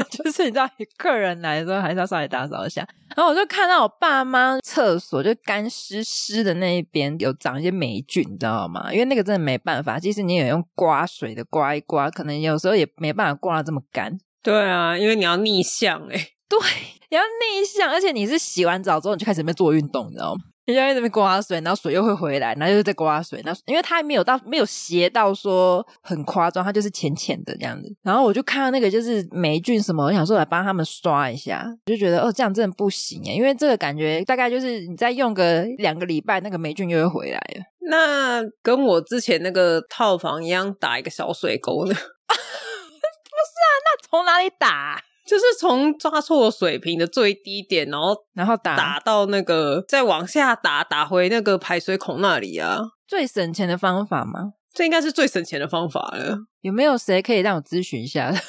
Speaker 2: 就是你知道客人来的时候还是要稍微打扫一下。然后我就看到我爸妈厕所就干湿湿的那一边有长一些霉菌，你知道吗？因为那个真的没办法，即使你也用刮水的刮一刮，可能有时候也没办法刮到这么干。
Speaker 1: 对啊，因为你要逆向哎、
Speaker 2: 你要内向，而且你是洗完澡之后你就开始在那边做运动，你知道吗？你就在那边刮水，然后水又会回来，然后又再刮水，然后因为它还没有到没有斜到说很夸张，它就是浅浅的这样子。然后我就看到那个就是霉菌什么，我想说来帮他们刷一下，就觉得哦这样真的不行耶，因为这个感觉大概就是你再用个两个礼拜，那个霉菌又会回来了。
Speaker 1: 那跟我之前那个套房一样，打一个小水沟呢，
Speaker 2: 那从哪里打啊、
Speaker 1: 就是从抓错水平的最低点，然后
Speaker 2: 然后打
Speaker 1: 打到那个，再往下打，打回那个排水孔那里啊。
Speaker 2: 最省钱的方法吗？
Speaker 1: 这应该是最省钱的方法了。
Speaker 2: 有没有谁可以让我咨询一下 的？因为我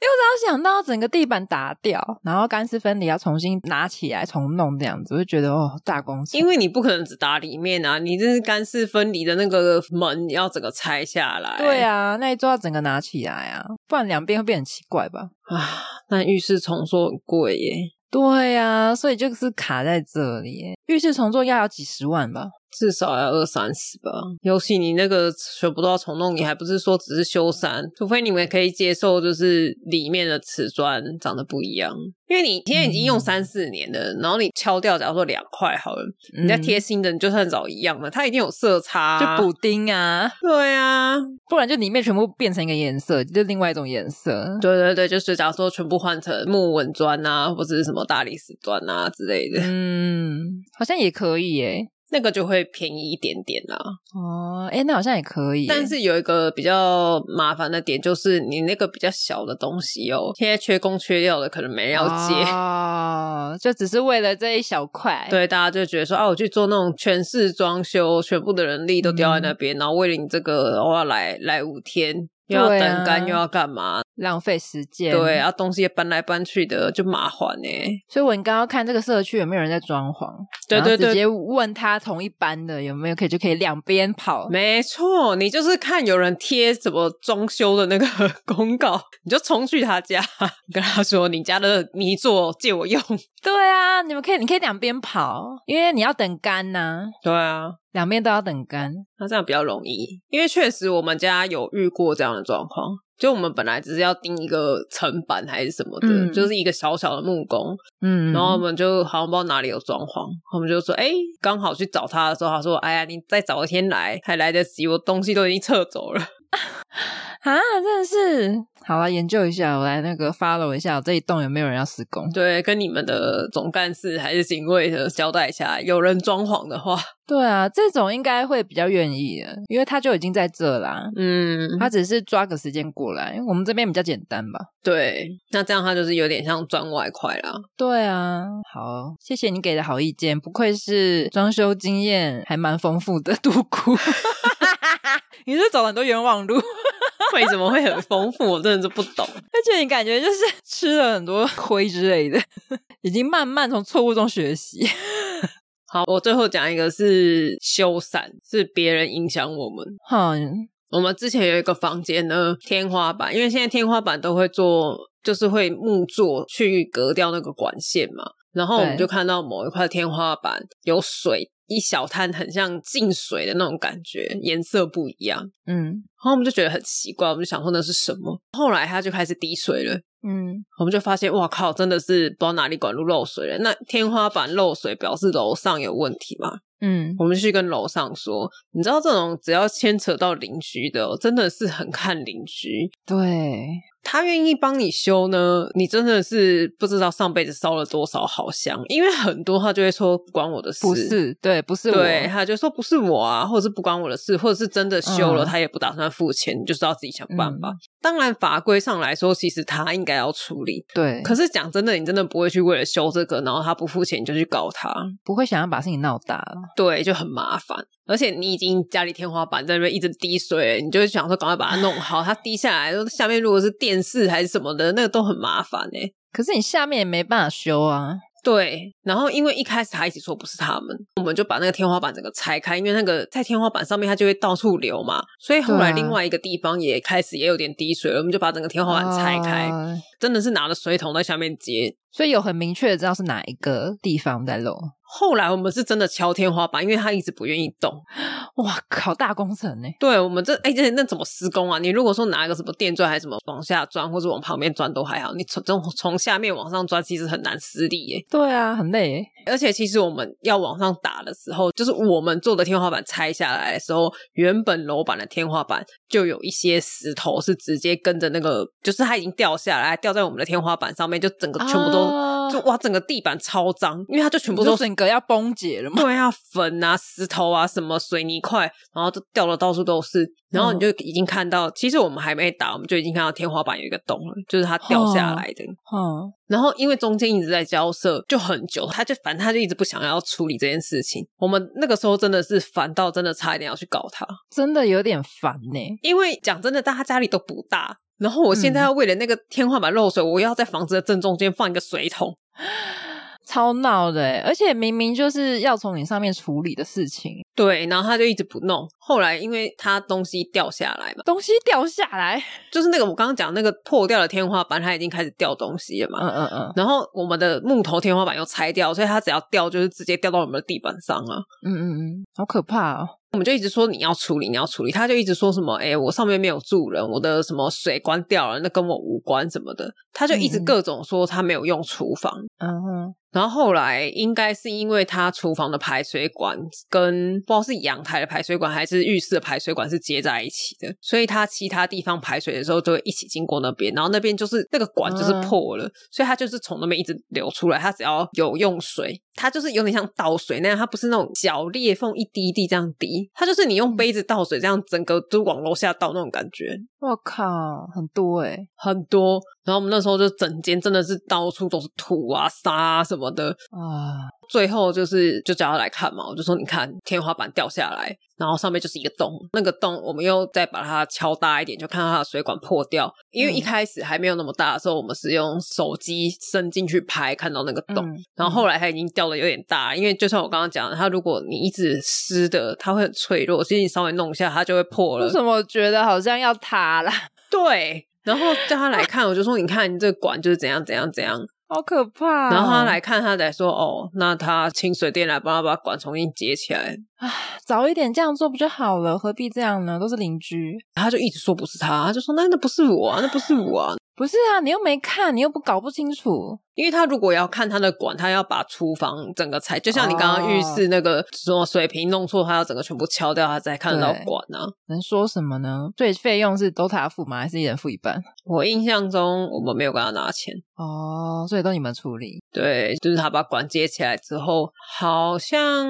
Speaker 2: 只要想到整个地板打掉，然后干湿分离要重新拿起来重弄这样子，我就觉得哦，大工程。
Speaker 1: 因为你不可能只打里面啊，你这是干湿分离的那个门你要整个拆下来。
Speaker 2: 对，啊，那一桌要整个拿起来啊，不然两边会变很奇怪吧？
Speaker 1: 啊，那浴室重做很贵耶。
Speaker 2: 对啊，所以就是卡在这里耶。浴室重做要要几十万吧？
Speaker 1: 至少要二三十吧。尤其你那个全部都要重弄，你还不是说只是修缮？除非你们可以接受，就是里面的瓷砖长得不一样，因为你现在已经用
Speaker 2: 嗯
Speaker 1: 三四年了，然后你敲掉，假如说两块好了，你再贴新的，你就算找一样的，它一定有色差、啊，
Speaker 2: 嗯就补丁啊，
Speaker 1: 对啊，
Speaker 2: 不然就里面全部变成一个颜色，就另外一种颜色。
Speaker 1: 对对对，就是假如说全部换成木纹砖啊，或者是什么大理石砖啊之类的，
Speaker 2: 嗯，好像也可以耶。
Speaker 1: 那个就会便宜一点点啦、
Speaker 2: 哦，哎、那好像也可以耶。
Speaker 1: 但是有一个比较麻烦的点，就是你那个比较小的东西哦，现在缺工缺料的，可能没人要接。
Speaker 2: 哦，就只是为了这一小块。，
Speaker 1: 对，大家就觉得说啊，我去做那种全市装修，全部的人力都掉在
Speaker 2: 嗯
Speaker 1: 那边，然后为了你这个，我要来来五天，又要
Speaker 2: 对
Speaker 1: 等
Speaker 2: 啊
Speaker 1: 干，又要干嘛？
Speaker 2: 浪费时间。
Speaker 1: 对，啊然后东西也搬来搬去的，就麻烦欸呢、
Speaker 2: 所以我刚刚看这个社区有没有人在装潢，
Speaker 1: 对
Speaker 2: 然后
Speaker 1: 对对
Speaker 2: 直接问他同一班的有没有可以，就可以两边跑。
Speaker 1: 没错，你就是看有人贴什么装修的那个 公告，你就冲去他家， 跟他说你家的泥做借我用。
Speaker 2: 对啊，你们可以，你可以两边跑，因为你要等干呐、
Speaker 1: 对啊，
Speaker 2: 两边都要等干。
Speaker 1: 那这样比较容易，因为确实我们家有遇过这样的状况。就我们本来只是要钉一个层板还是什么的，
Speaker 2: 嗯
Speaker 1: 就是一个小小的木工，
Speaker 2: 嗯，
Speaker 1: 然后我们就好像不知道哪里有装潢，我们就说，哎、刚好去找他的时候，他说，哎呀，你再早一天来还来得及，我东西都已经撤走了。
Speaker 2: 啊，真的是好啊，研究一下，我来那个 follow 一下我这一栋有没有人要施工。
Speaker 1: 对，跟你们的总干事还是警卫的交代一下，有人装潢的话，
Speaker 2: 对啊，这种应该会比较愿意的，因为他就已经在这啦，
Speaker 1: 嗯，
Speaker 2: 他只是抓个时间过来。我们这边比较简单吧。
Speaker 1: 对，那这样他就是有点像赚外快啦。
Speaker 2: 对啊，好，谢谢你给的好意见，不愧是装修经验还蛮丰富的独 孤。你是走了很多冤枉路，而
Speaker 1: 为什么会很丰富？我真的是不懂。
Speaker 2: 且你感觉就是吃了很多亏之类的， 已经慢慢从错误中学 习。
Speaker 1: 好，我最后讲一个是修缮，是别人影响我们。
Speaker 2: 哈，
Speaker 1: 我们之前有一个房间呢，天花板，因为现在天花板都会做，就是会木做去隔掉那个管线嘛。然后我们
Speaker 2: 对
Speaker 1: 就看到某一块天花板有水，一小滩很像进水的那种感觉，颜色不一样。
Speaker 2: 嗯
Speaker 1: 然后我们就觉得很奇怪，我们就想说那是什么。后来它就开始滴水了，
Speaker 2: 嗯，
Speaker 1: 我们就发现，哇靠，真的是不知道哪里管路漏水了。那天花板漏水，表示楼上有问题嘛？
Speaker 2: 嗯，
Speaker 1: 我们去跟楼上说，你知道这种只要牵扯到邻居的哦、真的是很看邻居。
Speaker 2: 对，
Speaker 1: 他愿意帮你修呢，你真的是不知道上辈子烧了多少好香，因为很多他就会说不关我的事，
Speaker 2: 不是，对，不是我，
Speaker 1: 对，他就说不是我啊，或者是不关我的事，或者是真的修了，
Speaker 2: 嗯
Speaker 1: 他也不打算付钱，你就是要自己想办法。当然，法规上来说，其实他应该要处理。
Speaker 2: 对，
Speaker 1: 可是讲真的，你真的不会去为了修这个，然后他不付钱你就去告他，
Speaker 2: 不会想要把事情闹大了。
Speaker 1: 对，就很麻烦。而且你已经家里天花板在那边一直滴水了，你就会想说赶快把它弄好。它滴下来，下面如果是电视还是什么的，那个都很麻烦哎、
Speaker 2: 可是你下面也没办法修啊。
Speaker 1: 对，然后因为一开始他一直说不是他们，我们就把那个天花板整个拆开，因为那个在天花板上面它就会到处流嘛，所以后来
Speaker 2: 对啊
Speaker 1: 另外一个地方也开始也有点滴水了，我们就把整个天花板拆开，
Speaker 2: 啊
Speaker 1: 真的是拿了水桶在下面接。
Speaker 2: 所以有很明确的知道是哪一个地方在漏。
Speaker 1: 后来我们是真的敲天花板，因为他一直不愿意动。
Speaker 2: 哇靠，大工程呢？
Speaker 1: 对我们这哎，这那怎么施工啊？你如果说拿一个什么电钻还是什么往下钻，或者往旁边钻都还好，你从从从下面往上钻其实很难施力耶。
Speaker 2: 对啊，很累耶。
Speaker 1: 而且其实我们要往上打的时候，就是我们做的天花板拆下来的时候，原本楼板的天花板就有一些石头是直接跟着那个，就是它已经掉下来，掉在我们的天花板上面，就整个全部都、
Speaker 2: 啊
Speaker 1: 就哇，整个地板超脏，因为它就全部
Speaker 2: 不
Speaker 1: 都
Speaker 2: 说
Speaker 1: 是
Speaker 2: 整个要崩解了吗？
Speaker 1: 对啊，粉啊、石头啊、什么水泥块，然后就掉的到处都是。然后你就已经看到，其实我们还没打，我们就已经看到天花板有一个洞了，就是它掉下来的。
Speaker 2: 嗯，
Speaker 1: 然后因为中间一直在交涉，就很久，他就反正他就一直不想要处理这件事情。我们那个时候真的是烦到真的差一点要去搞他，
Speaker 2: 真的有点烦呢。
Speaker 1: 因为讲真的，大家家里都不大。然后我现在要为了那个天花板漏水，我要在房子的正中间放一个水桶，
Speaker 2: 欸超闹的耶，而且明明就是要从你上面处理的事情，
Speaker 1: 对，然后他就一直不弄。后来因为他东西掉下来嘛，
Speaker 2: 东西掉下来，
Speaker 1: 就是那个我刚刚讲那个破掉的天花板，它已经开始掉东西了嘛。
Speaker 2: 嗯嗯嗯
Speaker 1: 然后我们的木头天花板又拆掉，所以它只要掉就是直接掉到我们的地板上啊。
Speaker 2: 嗯嗯嗯，好可怕哦！
Speaker 1: 我们就一直说你要处理，你要处理，他就一直说什么，哎、我上面没有住人，我的什么水关掉了，那跟我无关什么的，他就一直
Speaker 2: 嗯嗯
Speaker 1: 各种说他没有用厨房。
Speaker 2: 嗯哼，
Speaker 1: 然后后来应该是因为他厨房的排水管跟不知道是阳台的排水管还是浴室的排水管是接在一起的，所以他其他地方排水的时候都会一起经过那边，然后那边就是那个管就是
Speaker 2: 嗯
Speaker 1: 破了，所以他就是从那边一直流出来。他只要有用水，它就是有点像倒水那样，它不是那种小裂缝一滴一滴这样滴，它就是你用杯子倒水这样整个都往楼下倒那种感觉。
Speaker 2: 我靠，很多哎、
Speaker 1: 很多，然后我们那时候就整间真的是到处都是土啊、沙啊什么的，
Speaker 2: 啊，
Speaker 1: 最后就是就叫他来看嘛，我就说你看天花板掉下来，然后上面就是一个洞，那个洞我们又再把它敲大一点，就看到它的水管破掉。因为一
Speaker 2: 嗯
Speaker 1: 开始还没有那么大的时候，我们是用手机伸进去拍，看到那个洞。
Speaker 2: 嗯
Speaker 1: 然后后来它已经掉的有点大，因为就像我刚刚讲的，它如果你一直湿的，它会很脆弱，其实你稍微弄一下它就会破了
Speaker 2: 为。什么觉得好像要塌啦？
Speaker 1: 对，然后叫他来看，我就说你看你这个管就是怎样怎样怎样，
Speaker 2: 好可怕、哦
Speaker 1: 然后他来看，他才说哦，那他清水店来帮他把管重新接起来。
Speaker 2: 早一点这样做不就好了？何必这样呢？都是邻居。
Speaker 1: 他就一直说不是他，他就说那那不是我啊，那不是我啊。
Speaker 2: 不是啊，你又没看，你又不搞不清楚。
Speaker 1: 因为他如果要看他的管，他要把厨房整个拆，就像你刚刚浴室那个什么水瓶弄错，他要整个全部敲掉，他才看得到
Speaker 2: 对
Speaker 1: 管啊。
Speaker 2: 能说什么呢？所以费用是都他付吗？还是一人付一半？
Speaker 1: 我印象中我们没有跟他拿钱，
Speaker 2: 哦，所以都你们处理。
Speaker 1: 对，就是他把管接起来之后，好像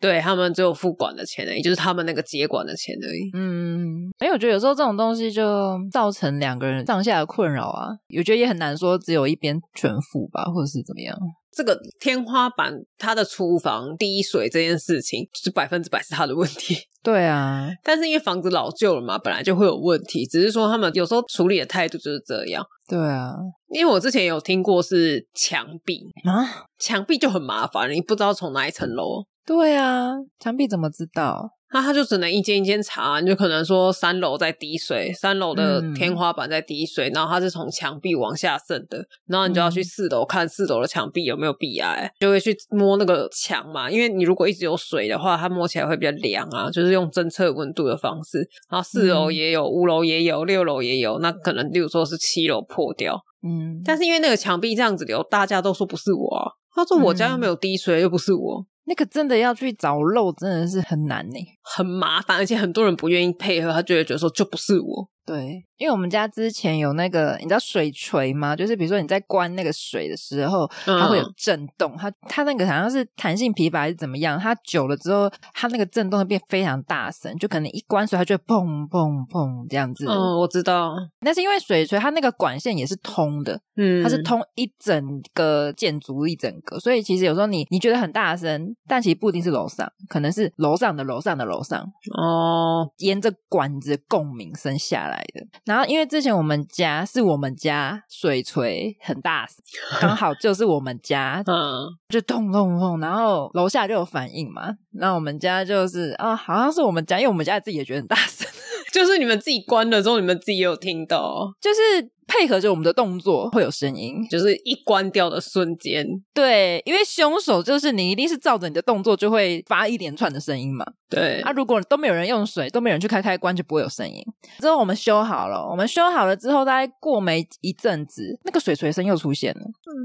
Speaker 1: 对他们只有付管的钱而已，就是他们那个接管的钱而已。
Speaker 2: 嗯，因为我觉得有时候这种东西就造成两个人上下的困扰啊，我觉得也很难说只有一边全付吧，或者是怎么样。
Speaker 1: 这个天花板它的厨房滴水这件事情，就是百分之百是他的问题。
Speaker 2: 对啊，
Speaker 1: 但是因为房子老旧了嘛，本来就会有问题，只是说他们有时候处理的态度就是这样。
Speaker 2: 对啊，
Speaker 1: 因为我之前有听过是墙壁，
Speaker 2: 啊，
Speaker 1: 墙壁就很麻烦，你不知道从哪一层楼，
Speaker 2: 对啊，墙壁怎么知道？
Speaker 1: 那他就只能一间一间查，啊你就可能说三楼在滴水，三楼的
Speaker 2: 嗯
Speaker 1: 天花板在滴水，然后它是从墙壁往下渗的，然后你就要去
Speaker 2: 嗯
Speaker 1: 四楼看四楼的墙壁有没有壁癌，就会去摸那个墙嘛，因为你如果一直有水的话，它摸起来会比较凉啊，就是用侦测温度的方式。然后四楼
Speaker 2: 嗯
Speaker 1: 也有，五楼也有，六楼也有，那可能例如说是七楼破掉，
Speaker 2: 嗯，
Speaker 1: 但是因为那个墙壁这样子流，大家都说不是我啊，他说我家
Speaker 2: 嗯
Speaker 1: 又没有滴水，又不是我，
Speaker 2: 那个真的要去找漏，真的是很难呢、
Speaker 1: 很麻烦，而且很多人不愿意配合，他就会觉得说就不是我。
Speaker 2: 对，因为我们家之前有那个，你知道水锤吗？就是比如说你在关那个水的时候，
Speaker 1: 嗯
Speaker 2: 它会有震动，它它那个好像是弹性琵琶还是怎么样，它久了之后，它那个震动会变非常大声，就可能一关水，它就会砰砰砰这样子。
Speaker 1: 嗯，我知道，
Speaker 2: 那是因为水锤它那个管线也是通的，
Speaker 1: 嗯，
Speaker 2: 它是通一整个建筑一整个，所以其实有时候你你觉得很大声，但其实不一定是楼上，可能是楼上的楼上的楼上，
Speaker 1: 哦，
Speaker 2: 沿着管子共鸣声下来的。然后因为之前我们家是我们家水锤很大声，刚好就是我们家
Speaker 1: 嗯，
Speaker 2: 就咚咚咚，然后楼下就有反应嘛。那我们家就是啊、好像是我们家，因为我们家自己也觉得很大声，
Speaker 1: 就是你们自己关了之后，你们自己也有听到哦，
Speaker 2: 就是配合着我们的动作会有声音。
Speaker 1: 就是一关掉的瞬间，
Speaker 2: 对，因为凶手就是你一定是照着你的动作就会发一连串的声音嘛。
Speaker 1: 对，
Speaker 2: 啊，如果都没有人用水，都没有人去开开关，就不会有声音。之后我们修好了，我们修好了之后，大概过没一阵子，那个水锤声又出现了。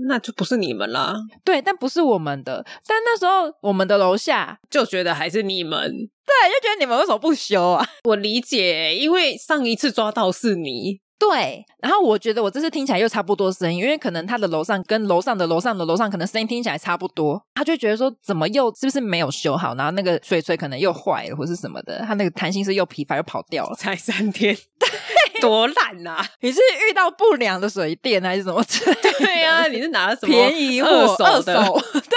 Speaker 1: 那就不是你们啦，
Speaker 2: 对，但不是我们的。但那时候我们的楼下，
Speaker 1: 就觉得还是你们。
Speaker 2: 对，就觉得你们为什么不修啊？
Speaker 1: 我理解，因为上一次抓到是你，
Speaker 2: 对，然后我觉得我这次听起来又差不多声音，因为可能他的楼上跟楼上的楼上的楼上可能声音听起来差不多，他就觉得说怎么又是不是没有修好，然后那个水锤可能又坏了或是什么的，他那个弹性是又疲乏又跑掉了。
Speaker 1: 才三天， 多烂啊呐、
Speaker 2: 你是遇到不良的水电还是什么之类的？
Speaker 1: 对啊，你是拿了什么
Speaker 2: 便宜货
Speaker 1: 二手的？ 哦
Speaker 2: 对，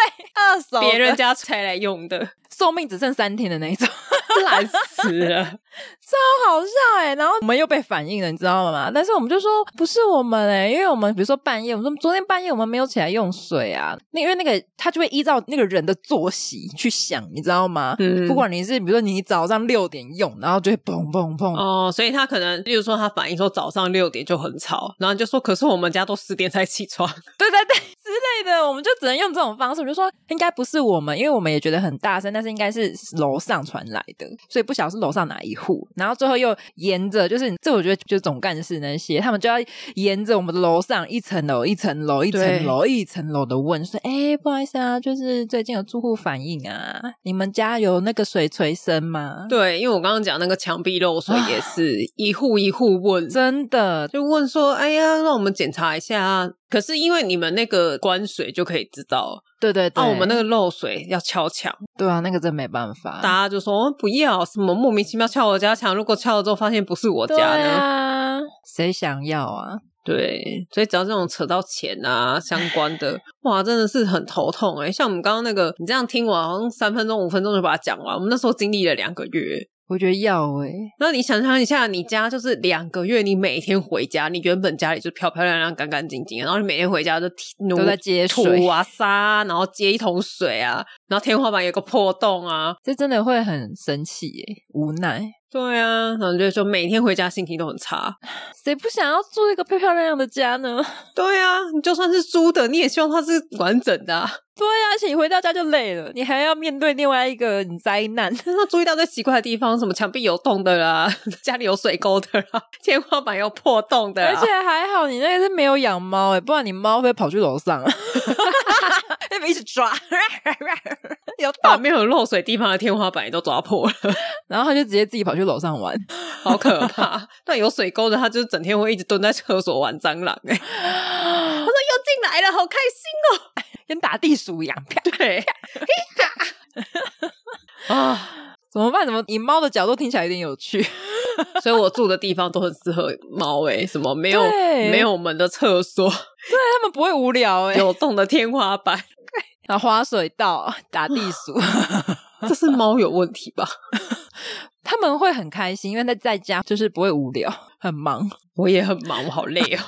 Speaker 2: 二手的
Speaker 1: 别人家才来用的，
Speaker 2: 寿命只剩三天的那一种，
Speaker 1: 烂死了。
Speaker 2: 超好笑哎、然后我们又被反映了，你知道吗？但是我们就说不是我们哎、因为我们比如说半夜，我们说昨天半夜我们没有起来用水啊，那因为那个他就会依照那个人的作息去想，你知道吗？
Speaker 1: 嗯
Speaker 2: 不管你是比如说你早上六点用，然后就会砰砰砰，
Speaker 1: 哦，所以他可能，例如说他反映说早上六点就很吵，然后你就说，可是我们家都十点才起 床。
Speaker 2: 对对对之类的，我们就只能用这种方式。我就说应该不是我们，因为我们也觉得很大声，但是应该是楼上传来的，所以不晓得是楼上哪一户。然后最后又沿着，就是这我觉得就是总干事那些，他们就要沿着我们的楼上一层楼一层楼一层楼一层楼的问，说：“哎，不好意思啊，就是最近有住户反映啊，你们家有那个水锤声吗？”
Speaker 1: 对，因为我刚刚讲那个墙壁漏水也是一户一户问，
Speaker 2: 真的，
Speaker 1: 就问说，哎呀，让我们检查一下啊。可是因为你们那个关水就可以知道，
Speaker 2: 对对对，
Speaker 1: 啊，我们那个漏水要敲墙，
Speaker 2: 对啊，那个真没办法，
Speaker 1: 大家就说、哦不要什么莫名其妙敲我家墙，如果敲了之后发现不是我
Speaker 2: 对
Speaker 1: 家呢，
Speaker 2: 啊，谁想要啊？
Speaker 1: 对，所以只要这种扯到钱啊相关的，哇，真的是很头痛哎、像我们刚刚那个，你这样听完好像三分钟五分钟就把它讲完，我们那时候经历了两个月。
Speaker 2: 我觉得要欸诶、
Speaker 1: 那你想象一下，你家就是两个月，你每天回家，你原本家里就漂漂亮亮、干干净净的，然后你每天回家就踢努
Speaker 2: 都在接水
Speaker 1: 土啊、沙啊，然后接一桶水啊，然后天花板有个破洞啊，
Speaker 2: 这真的会很生气耶，无奈。
Speaker 1: 对啊，然后就就每天回家心情都很差。
Speaker 2: 谁不想要住一个漂漂亮亮的家呢？
Speaker 1: 对啊，你就算是租的，你也希望它是完整的、啊。
Speaker 2: 对呀、而且你回到家就累了，你还要面对另外一个你灾难。
Speaker 1: 那注意到最奇怪的地方，什么墙壁有洞的啦， 家里有水沟的啦， 天花板有破洞的
Speaker 2: 而
Speaker 1: 啦，
Speaker 2: 且还好你那个是没有养猫哎，不然你猫会不会跑去楼上，啊 那边一直抓，有
Speaker 1: 把
Speaker 2: 洞，
Speaker 1: 没有漏水地方的天花板也都抓破了，
Speaker 2: 然后它就直接自己跑去楼上玩。
Speaker 1: 好可 怕。那有水沟的，他就是整天会一直蹲在厕所玩蟑螂、 欸，
Speaker 2: 他说
Speaker 1: 又进来了，好开心哦。
Speaker 2: 跟打地鼠一样，啪
Speaker 1: 对， 啊，
Speaker 2: 怎么办？怎么以猫的角度听起来有点有趣？
Speaker 1: 所以我住的地方都很适合猫诶、什么没有
Speaker 2: 对
Speaker 1: 没有门的厕所，
Speaker 2: 啊但他们不会无聊哎，
Speaker 1: 有洞的天花 板，
Speaker 2: 然后滑水道打地 鼠。
Speaker 1: 这是猫有问题吧？
Speaker 2: 他们会很开心，因为他在家就是不会无聊，很忙。
Speaker 1: 我也很忙，我好累哦。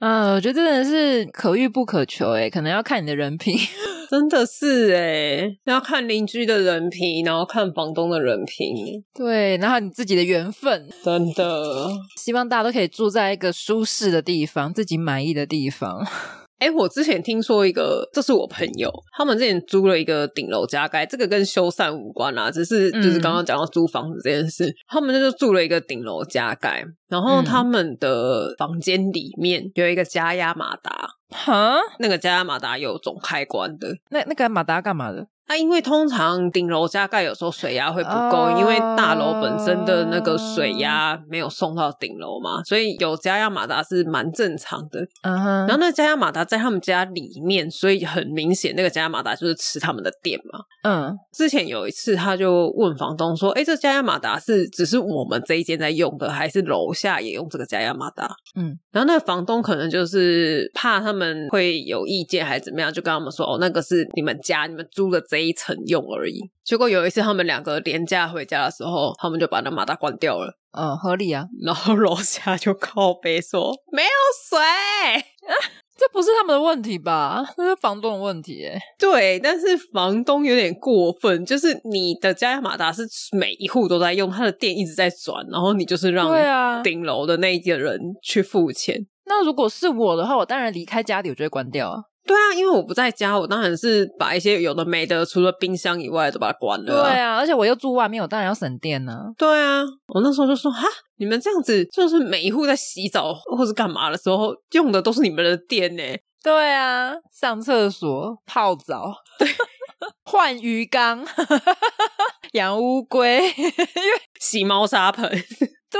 Speaker 2: 嗯，我觉得真的是可遇不可求诶、欸可能要看你的人品。
Speaker 1: 真的是哎、要看邻居的人品，然后看房东的人品，
Speaker 2: 对，然后你自己的缘分，
Speaker 1: 真的。
Speaker 2: 希望大家都可以住在一个舒适的地方，自己满意的地方。
Speaker 1: 哎、我之前听说一个，这是我朋友，他们之前租了一个顶楼加盖，这个跟修缮无关啦、只是就是
Speaker 2: 嗯
Speaker 1: 刚刚讲到租房子这件事，他们就住了一个顶楼加盖，然后
Speaker 2: 嗯
Speaker 1: 他们的房间里面有一个加压马达，
Speaker 2: 哈，
Speaker 1: 那个加压马达有总开关的，
Speaker 2: 那那个马达干嘛的？
Speaker 1: 啊，因为通常顶楼加盖有时候水压会不够，
Speaker 2: 哦
Speaker 1: 因为大楼本身的那个水压没有送到顶楼嘛，所以有加压马达是蛮正常的。
Speaker 2: 嗯哼，
Speaker 1: 然后那加压马达在他们家里面，所以很明显那个加压马达就是吃他们的电嘛。
Speaker 2: 嗯，
Speaker 1: 之前有一次，他就问房东说：“哎，这加压马达是只是我们这一间在用的，还是楼下也用这个加压马达？”
Speaker 2: 嗯，
Speaker 1: 然后那个房东可能就是怕他们会有意见还是怎么样，就跟他们说：“哦，那个是你们家你们租的这一层用而已。”结果有一次他们两个廉价回家的时候，他们就把那马达关掉了，
Speaker 2: 哦，合理啊，
Speaker 1: 然后楼下就靠背说：“没有水。”
Speaker 2: 这不是他们的问题吧？这是房东的问题、欸。
Speaker 1: 对，但是房东有点过分，就是你的加压马达是每一户都在用，它的电一直在转，然后你就是让
Speaker 2: 对啊
Speaker 1: 顶楼的那一个人去付钱。
Speaker 2: 那如果是我的话，我当然离开家里，我就会关掉啊。
Speaker 1: 对啊，因为我不在家，我当然是把一些有的没的，除了冰箱以外都把它关了、
Speaker 2: 对，啊，而且我又住外面，我当然要省电呢、
Speaker 1: 对啊，我那时候就说哈，你们这样子就是每一户在洗澡或是干嘛的时候用的都是你们的电呢、
Speaker 2: 对啊，上厕所、泡澡，对，换鱼缸， 养乌龟，
Speaker 1: 洗猫砂盆，
Speaker 2: 对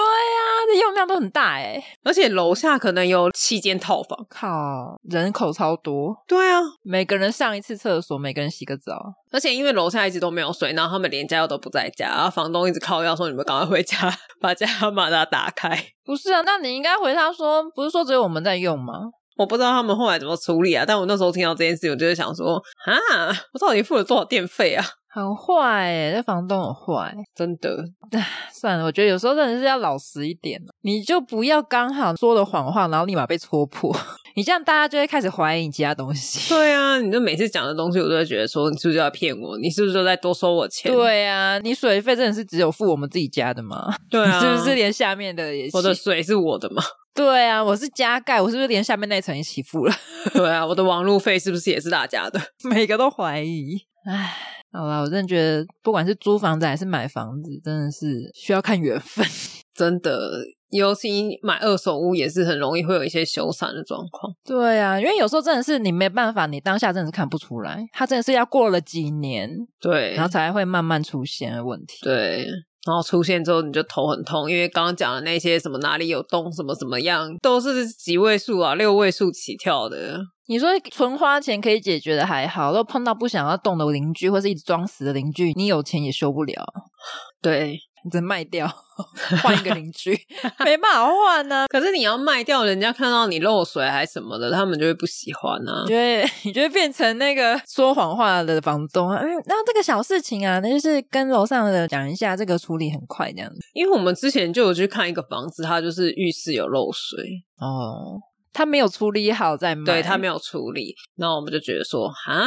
Speaker 2: 啊，这用量都很大哎、
Speaker 1: 而且楼下可能有七间套房。
Speaker 2: 靠，人口超多，
Speaker 1: 对啊，
Speaker 2: 每个人上一次厕所，每个人洗个澡，
Speaker 1: 而且因为楼下一直都没有水，然后他们连家又都不在家，然后房东一直靠要说你们赶快回家， 把家马达打开。
Speaker 2: 不是啊？那你应该回他说，不是说只有我们在用吗？
Speaker 1: 我不知道他们后来怎么处理啊，但我那时候听到这件事，我就会想说，啊，我到底付了多少电费啊？
Speaker 2: 很坏哎、这房东很坏。
Speaker 1: 真的，
Speaker 2: 算了，我觉得有时候真的是要老实一点，哦你就不要刚好说了谎话，然后立马被戳破， 你这样大家就会开始怀疑你其他东西。
Speaker 1: 对啊，你就每次讲的东西，我都会觉得说，你是不是在骗我？你是不是都在多收我钱？
Speaker 2: 对啊，你水费真的是只有付我们自己家的吗？
Speaker 1: 对啊，
Speaker 2: 你 是不是连下面的也
Speaker 1: 我的
Speaker 2: 是？
Speaker 1: 水是我 的嘛？
Speaker 2: 对啊，我是加盖，我是不是连下面那一层一起付了？
Speaker 1: 对啊，我的网路费是不是也是大家的？
Speaker 2: 每个都怀疑。唉，好啦，我真的觉得不管是租房子还是买房子，真的是需要看缘分。
Speaker 1: 真的，尤其买二手屋也是很容易会有一些修缮的状况。
Speaker 2: 对啊，因为有时候真的是你没办法，你当下真的是看不出来，它真的是要过了几年，
Speaker 1: 对，
Speaker 2: 然后才会慢慢出现的问题。
Speaker 1: 对，然后出现之后你就头很痛，因为刚刚讲的那些什么哪里有洞，什么怎么样，都是几位数啊，六位数起跳的。
Speaker 2: 你说存花钱可以解决的还好，如果碰到不想要动的邻居，或是一直装死的邻居，你有钱也修不了，
Speaker 1: 对，
Speaker 2: 你只能卖掉， 换一个邻居， 没办法换呢、
Speaker 1: 呃可是你要卖掉，人家看到你漏水还什么的，他们就会不喜欢啊
Speaker 2: 你。就会 你就会变成那个说谎话的房东啊。嗯，那这个小事情啊，那就是跟楼上的讲一下，这个处理很快这样子。
Speaker 1: 因为我们之前就有去看一个房子，它就是浴室有漏水，
Speaker 2: 哦，他没有处理好再卖，
Speaker 1: 对，它没有处理，然后我们就觉得说，哈，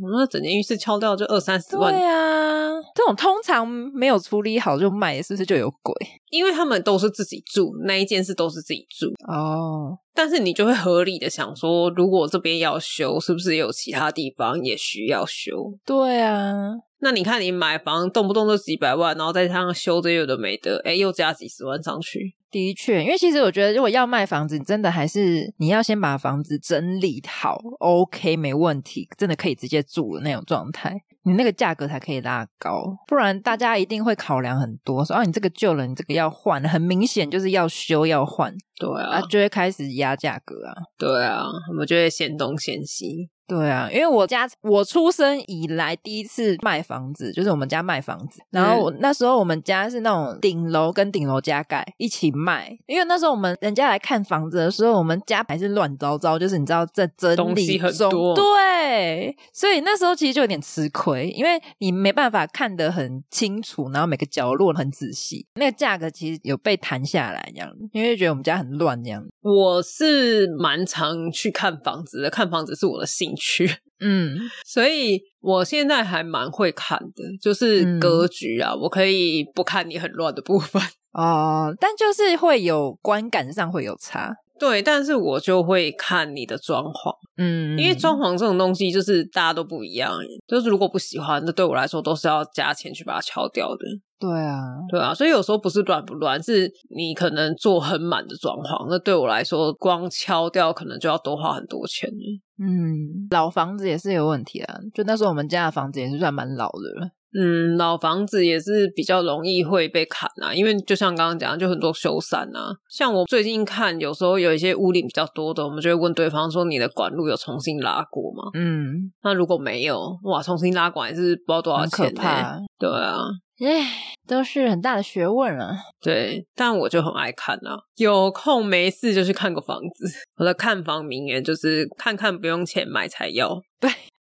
Speaker 1: 我们那整间浴室敲掉就二三十万
Speaker 2: 对，啊，这种通常没有处理好就卖，是不是就有鬼？
Speaker 1: 因为他们都是自己住，那一间是都是自己住，
Speaker 2: 哦，
Speaker 1: 但是你就会合理的想说，如果这边要修，是不是也有其他地方也需要修？
Speaker 2: 对啊，
Speaker 1: 那你看，你买房动不动就几百万，然后再加上修这些有的没的，哎，又加几十万上去。
Speaker 2: 的确，因为其实我觉得，如果要卖房子，你真的还是你要先把房子整理好，OK，没问题，真的可以直接住的那种状态，你那个价格才可以拉高，不然大家一定会考量很多，说哦，你这个旧了，你这个要换，很明显就是要修要换，
Speaker 1: 对啊，
Speaker 2: 啊，就会开始压价格啊。
Speaker 1: 对啊，我们就会嫌东嫌西。
Speaker 2: 对啊，因为我家我出生以来第一次卖房子，就是我们家卖房子。然
Speaker 1: 嗯
Speaker 2: 后我、那时候我们家是那种顶楼跟顶楼加盖一起卖，因为那时候我们人家来看房子的时候，我们家还是乱糟糟，就是你知道在整
Speaker 1: 东西
Speaker 2: 理
Speaker 1: 很
Speaker 2: 中，
Speaker 1: 多
Speaker 2: 对，所以那时候其实就有点吃亏，因为你没办法看得很清楚，然后每个角落很仔细，那个价格其实有被谈下来这样，因为觉得我们家很乱这样。
Speaker 1: 我是蛮常去看房子的，看房子是我的兴趣。
Speaker 2: 嗯，
Speaker 1: 所以我现在还蛮会看的，就是
Speaker 2: 嗯
Speaker 1: 格局啊，我可以不看你很乱的部分。
Speaker 2: 哦，但就是会有观感上会有差。
Speaker 1: 对，但是我就会看你的装潢，
Speaker 2: 嗯，
Speaker 1: 因为装潢这种东西就是大家都不一样，欸就是如果不喜欢，那对我来说都是要加钱去把它敲掉的，
Speaker 2: 对啊，
Speaker 1: 对啊，所以有时候不是乱不乱，是你可能做很满的装潢，那对我来说光敲掉可能就要多花很多钱了。
Speaker 2: 嗯，老房子也是有问题啦。就那时候我们家的房子也是算蛮老的了。
Speaker 1: 嗯，老房子也是比较容易会被砍啊，因为就像刚刚讲的，就很多修缮啊。像我最近看，有时候有一些屋龄比较多的，我们就会问对方说：“你的管路有重新拉过吗
Speaker 2: 嗯，？”
Speaker 1: 那如果没有，哇，重新拉管也是不知道多少
Speaker 2: 很
Speaker 1: 钱、
Speaker 2: 可
Speaker 1: 欸，
Speaker 2: 怕。
Speaker 1: 对啊，
Speaker 2: 唉，都是很大的学问啊。
Speaker 1: 对，但我就很爱看啊，有空没事就去看个房子。我的看房名言就是“看看不用钱，买才要”。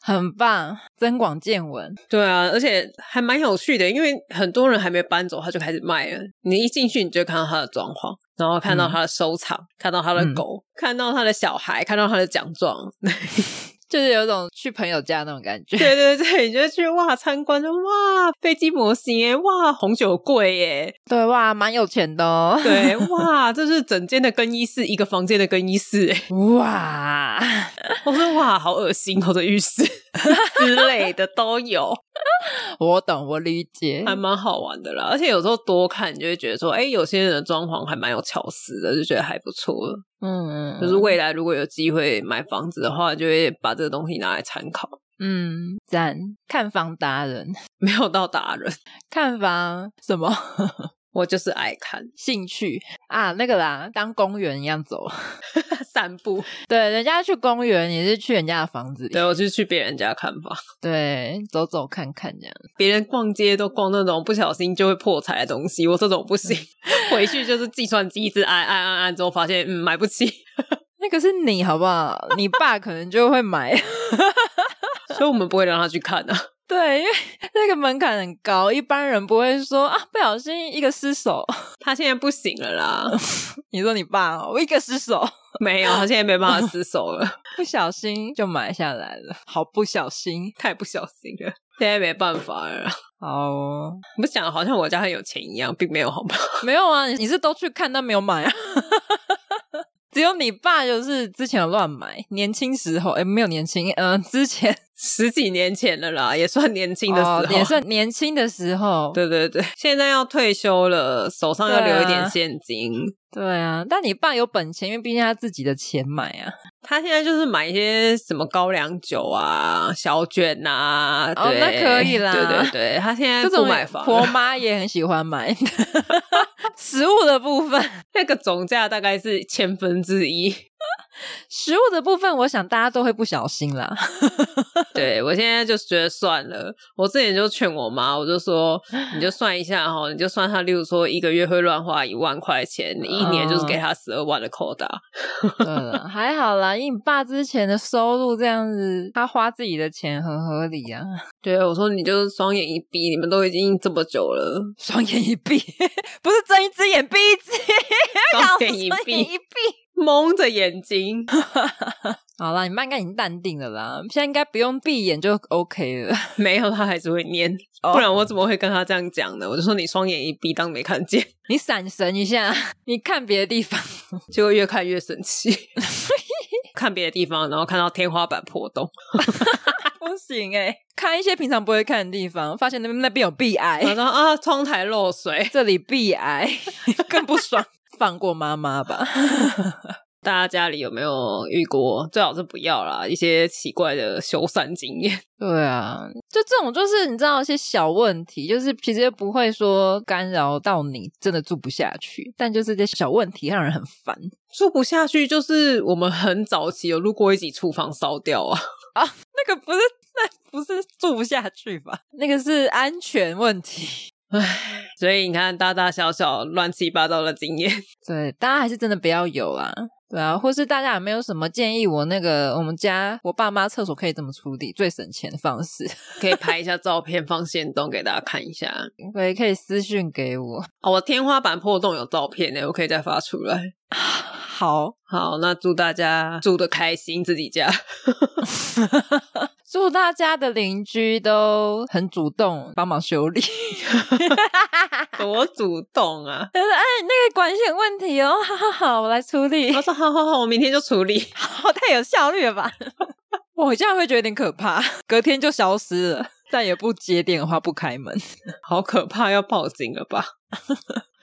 Speaker 2: 很棒，增广见闻。
Speaker 1: 对啊，而且还蛮有趣的，因为很多人还没搬走，他就开始卖了。你一进去，你就会看到他的装潢，然后看到他的收藏，看到他的狗，看到他的小孩，看到他的奖状。
Speaker 2: 就是有种去朋友家那种感觉，
Speaker 1: 对对对，你就去哇参观，就哇飞机模型耶，哇红酒柜耶，
Speaker 2: 对 哇，蛮有钱的哦，
Speaker 1: 对哇，这是整间的更衣室，一个房间的更衣室耶。
Speaker 2: 哇，
Speaker 1: 我说哇，好恶心哦，这浴 室之类的都有。
Speaker 2: 我懂，我理解，
Speaker 1: 还蛮好玩的啦。而且有时候多看，你就会觉得说，哎、有些人的装潢还蛮有巧思的，就觉得还不错了。
Speaker 2: 嗯嗯，
Speaker 1: 就是未来如果有机会买房子的话，就会把这个东西拿来参考。
Speaker 2: 嗯赞，看房达人，
Speaker 1: 没有到达人，
Speaker 2: 看房什么
Speaker 1: 我就是爱看
Speaker 2: 兴趣啊？那个啦，当公园一样走。
Speaker 1: 散步。
Speaker 2: 对，人家去公园也是去人家的房子里，
Speaker 1: 对，我哦就是去别人家看房，
Speaker 2: 对，走走看看这样。
Speaker 1: 别人逛街都逛那种不小心就会破财的东西， 我这种不行。回去就是计算机一直按按按按之后，发现嗯买不起。
Speaker 2: 那个是你好不好？你爸可能就会买，
Speaker 1: 所以我们不会让他去看啊。
Speaker 2: 对，因为 那个门槛很高，一般人不会说啊，不小心一个失手。
Speaker 1: 他现在不行了啦，
Speaker 2: 你说你爸哦，我一个失手，
Speaker 1: 没有，他现在没办法失手了，
Speaker 2: 不小心就买下来了，好不小心，
Speaker 1: 太不小心了，现在没办法了啦。
Speaker 2: 好哦，
Speaker 1: 我们讲的好像我家很有钱一样，并没有，好吗？
Speaker 2: 没有啊，你你是都去看但没有买啊。 只有你爸就是之前有乱买，年轻时候，哎，没有年轻，嗯、之前
Speaker 1: 十几年前了啦，也算年轻的时候，
Speaker 2: 哦也算年轻的时候，
Speaker 1: 对对对，现在要退休了，手上要
Speaker 2: 对啊
Speaker 1: 留一点现金。
Speaker 2: 对啊，但你爸有本钱，因为毕竟他自己的钱买啊。
Speaker 1: 他现在就是买一些什么高粱酒啊、小卷呐、啊，
Speaker 2: 哦
Speaker 1: 对
Speaker 2: 那可以啦
Speaker 1: 对对对，他现在
Speaker 2: 这
Speaker 1: 不
Speaker 2: 种
Speaker 1: 买房
Speaker 2: 婆
Speaker 1: 了，
Speaker 2: 妈也很喜欢买 食物的部分，
Speaker 1: 那个总价大概是千分之一。
Speaker 2: 食物的部分，我想大家都会不小心啦。
Speaker 1: 对我现在就觉得算了，我之前就劝我妈，我就说你就算一下哈，你就算他，例如说一个月会乱花一万块钱，你一年就是给
Speaker 2: 嗯
Speaker 1: 他十二万的扣打。
Speaker 2: 对了，还好啦，因为你爸之前的收入这样子，他花自己的钱很合理啊。
Speaker 1: 对，我说你就是双眼一闭，你们都已经这么久了，
Speaker 2: 双眼一闭， 不是睁一只眼闭一只眼，
Speaker 1: 双眼一
Speaker 2: 双眼
Speaker 1: 闭，
Speaker 2: 一闭。
Speaker 1: 蒙着眼睛。
Speaker 2: 好啦，你爸应该已经淡定了啦，现在应该不用闭眼就 OK 了。
Speaker 1: 没有，他还是会念，
Speaker 2: 哦
Speaker 1: 不然我怎么会跟他这样讲呢？我就说你双眼一闭，当没看见，
Speaker 2: 你闪神一下， 你看别的地方。
Speaker 1: 结果越看越生气，看别的地方，然后看到天花板破洞，
Speaker 2: 不行哎、看一些平常不会看的地方，发现那边那边有壁
Speaker 1: 然后
Speaker 2: 癌，
Speaker 1: 说啊，窗台漏水，
Speaker 2: 这里壁癌更不爽， 放过妈妈吧。
Speaker 1: 大家家里有没有遇过？最好是不要啦，一些奇怪的修缮经验。
Speaker 2: 对啊，就这种就是你知道一些小问题，就是其实不会说干扰到你真的住不下去，但就是这些小问题让人很烦
Speaker 1: 住不下去，就是我们很早期有录过一集厨房烧掉啊，
Speaker 2: 啊。那个不是，那不是住不下去吧？那个是安全问题。
Speaker 1: 所以你看大大小小乱七八糟的经验，
Speaker 2: 对，大家还是真的不要有啦。对啊，或是大家有没有什么建议？我那个我们家我爸妈厕所可以怎么处理最省钱的方式？
Speaker 1: 可以拍一下照片放线动给大家看一下。
Speaker 2: 对，可以私讯给我。
Speaker 1: 哦，我天花板破洞有照片欸呢，我可以再发出来。
Speaker 2: 好，
Speaker 1: 好，那祝大家住的开心，自己家。
Speaker 2: 祝大家的邻居都很主动帮忙修理。
Speaker 1: 多主动啊！
Speaker 2: 就是哎，那个管线问题哦， 好好好，我来处理
Speaker 1: 我。说好好好，我明天就处理。
Speaker 2: 好，太有效率了吧？ 我这样会觉得有点可怕，隔天就消失了，再也不接电话，不开门。
Speaker 1: 好可怕，要报警了吧？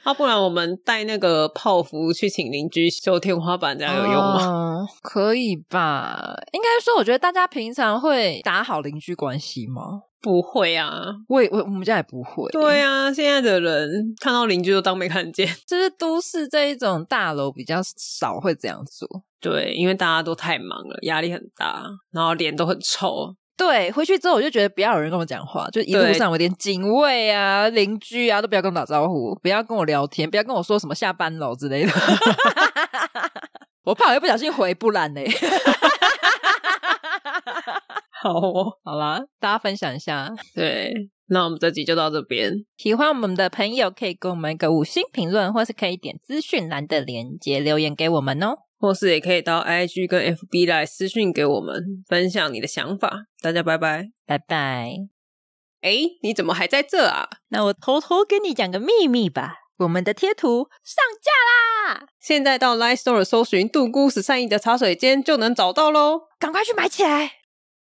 Speaker 1: 要、不然我们带那个泡芙去请邻居修天花板，这样有用吗？
Speaker 2: 哦可以吧？应该说，我觉得大家平常会打好邻居关系吗？
Speaker 1: 不会啊，
Speaker 2: 我也我我们家也不会。
Speaker 1: 对啊，现在的人看到邻居都当没看见。
Speaker 2: 就是都市这一种大楼比较少会这样做。
Speaker 1: 对，因为大家都太忙了，压力很大，然后脸都很臭。
Speaker 2: 对，回去之后我就觉得不要有人跟我讲话，就一路
Speaker 1: 对
Speaker 2: 上我连警卫啊、邻居啊都不要跟我打招呼，不要跟我聊天，不要跟我说什么下班喽之类的。 我怕我又不小心回，不然嘞。
Speaker 1: 好哦，
Speaker 2: 好啦，大家分享一下，
Speaker 1: 对，那我们这集就到这边。
Speaker 2: 喜欢我们的朋友可以给我们一个五星评论，或是可以点资讯栏的连接留言给我们哦。
Speaker 1: 或是也可以到 IG 跟 FB 来私讯给我们，分享你的想法。大家拜拜。
Speaker 2: 拜拜。
Speaker 1: 诶，你怎么还在这啊？
Speaker 2: 那我偷偷跟你讲个秘密吧，我们的贴图上架啦，
Speaker 1: 现在到 Line Store 搜寻“杜姑十三姨的茶水间”就能找到喽。
Speaker 2: 赶快去买起来。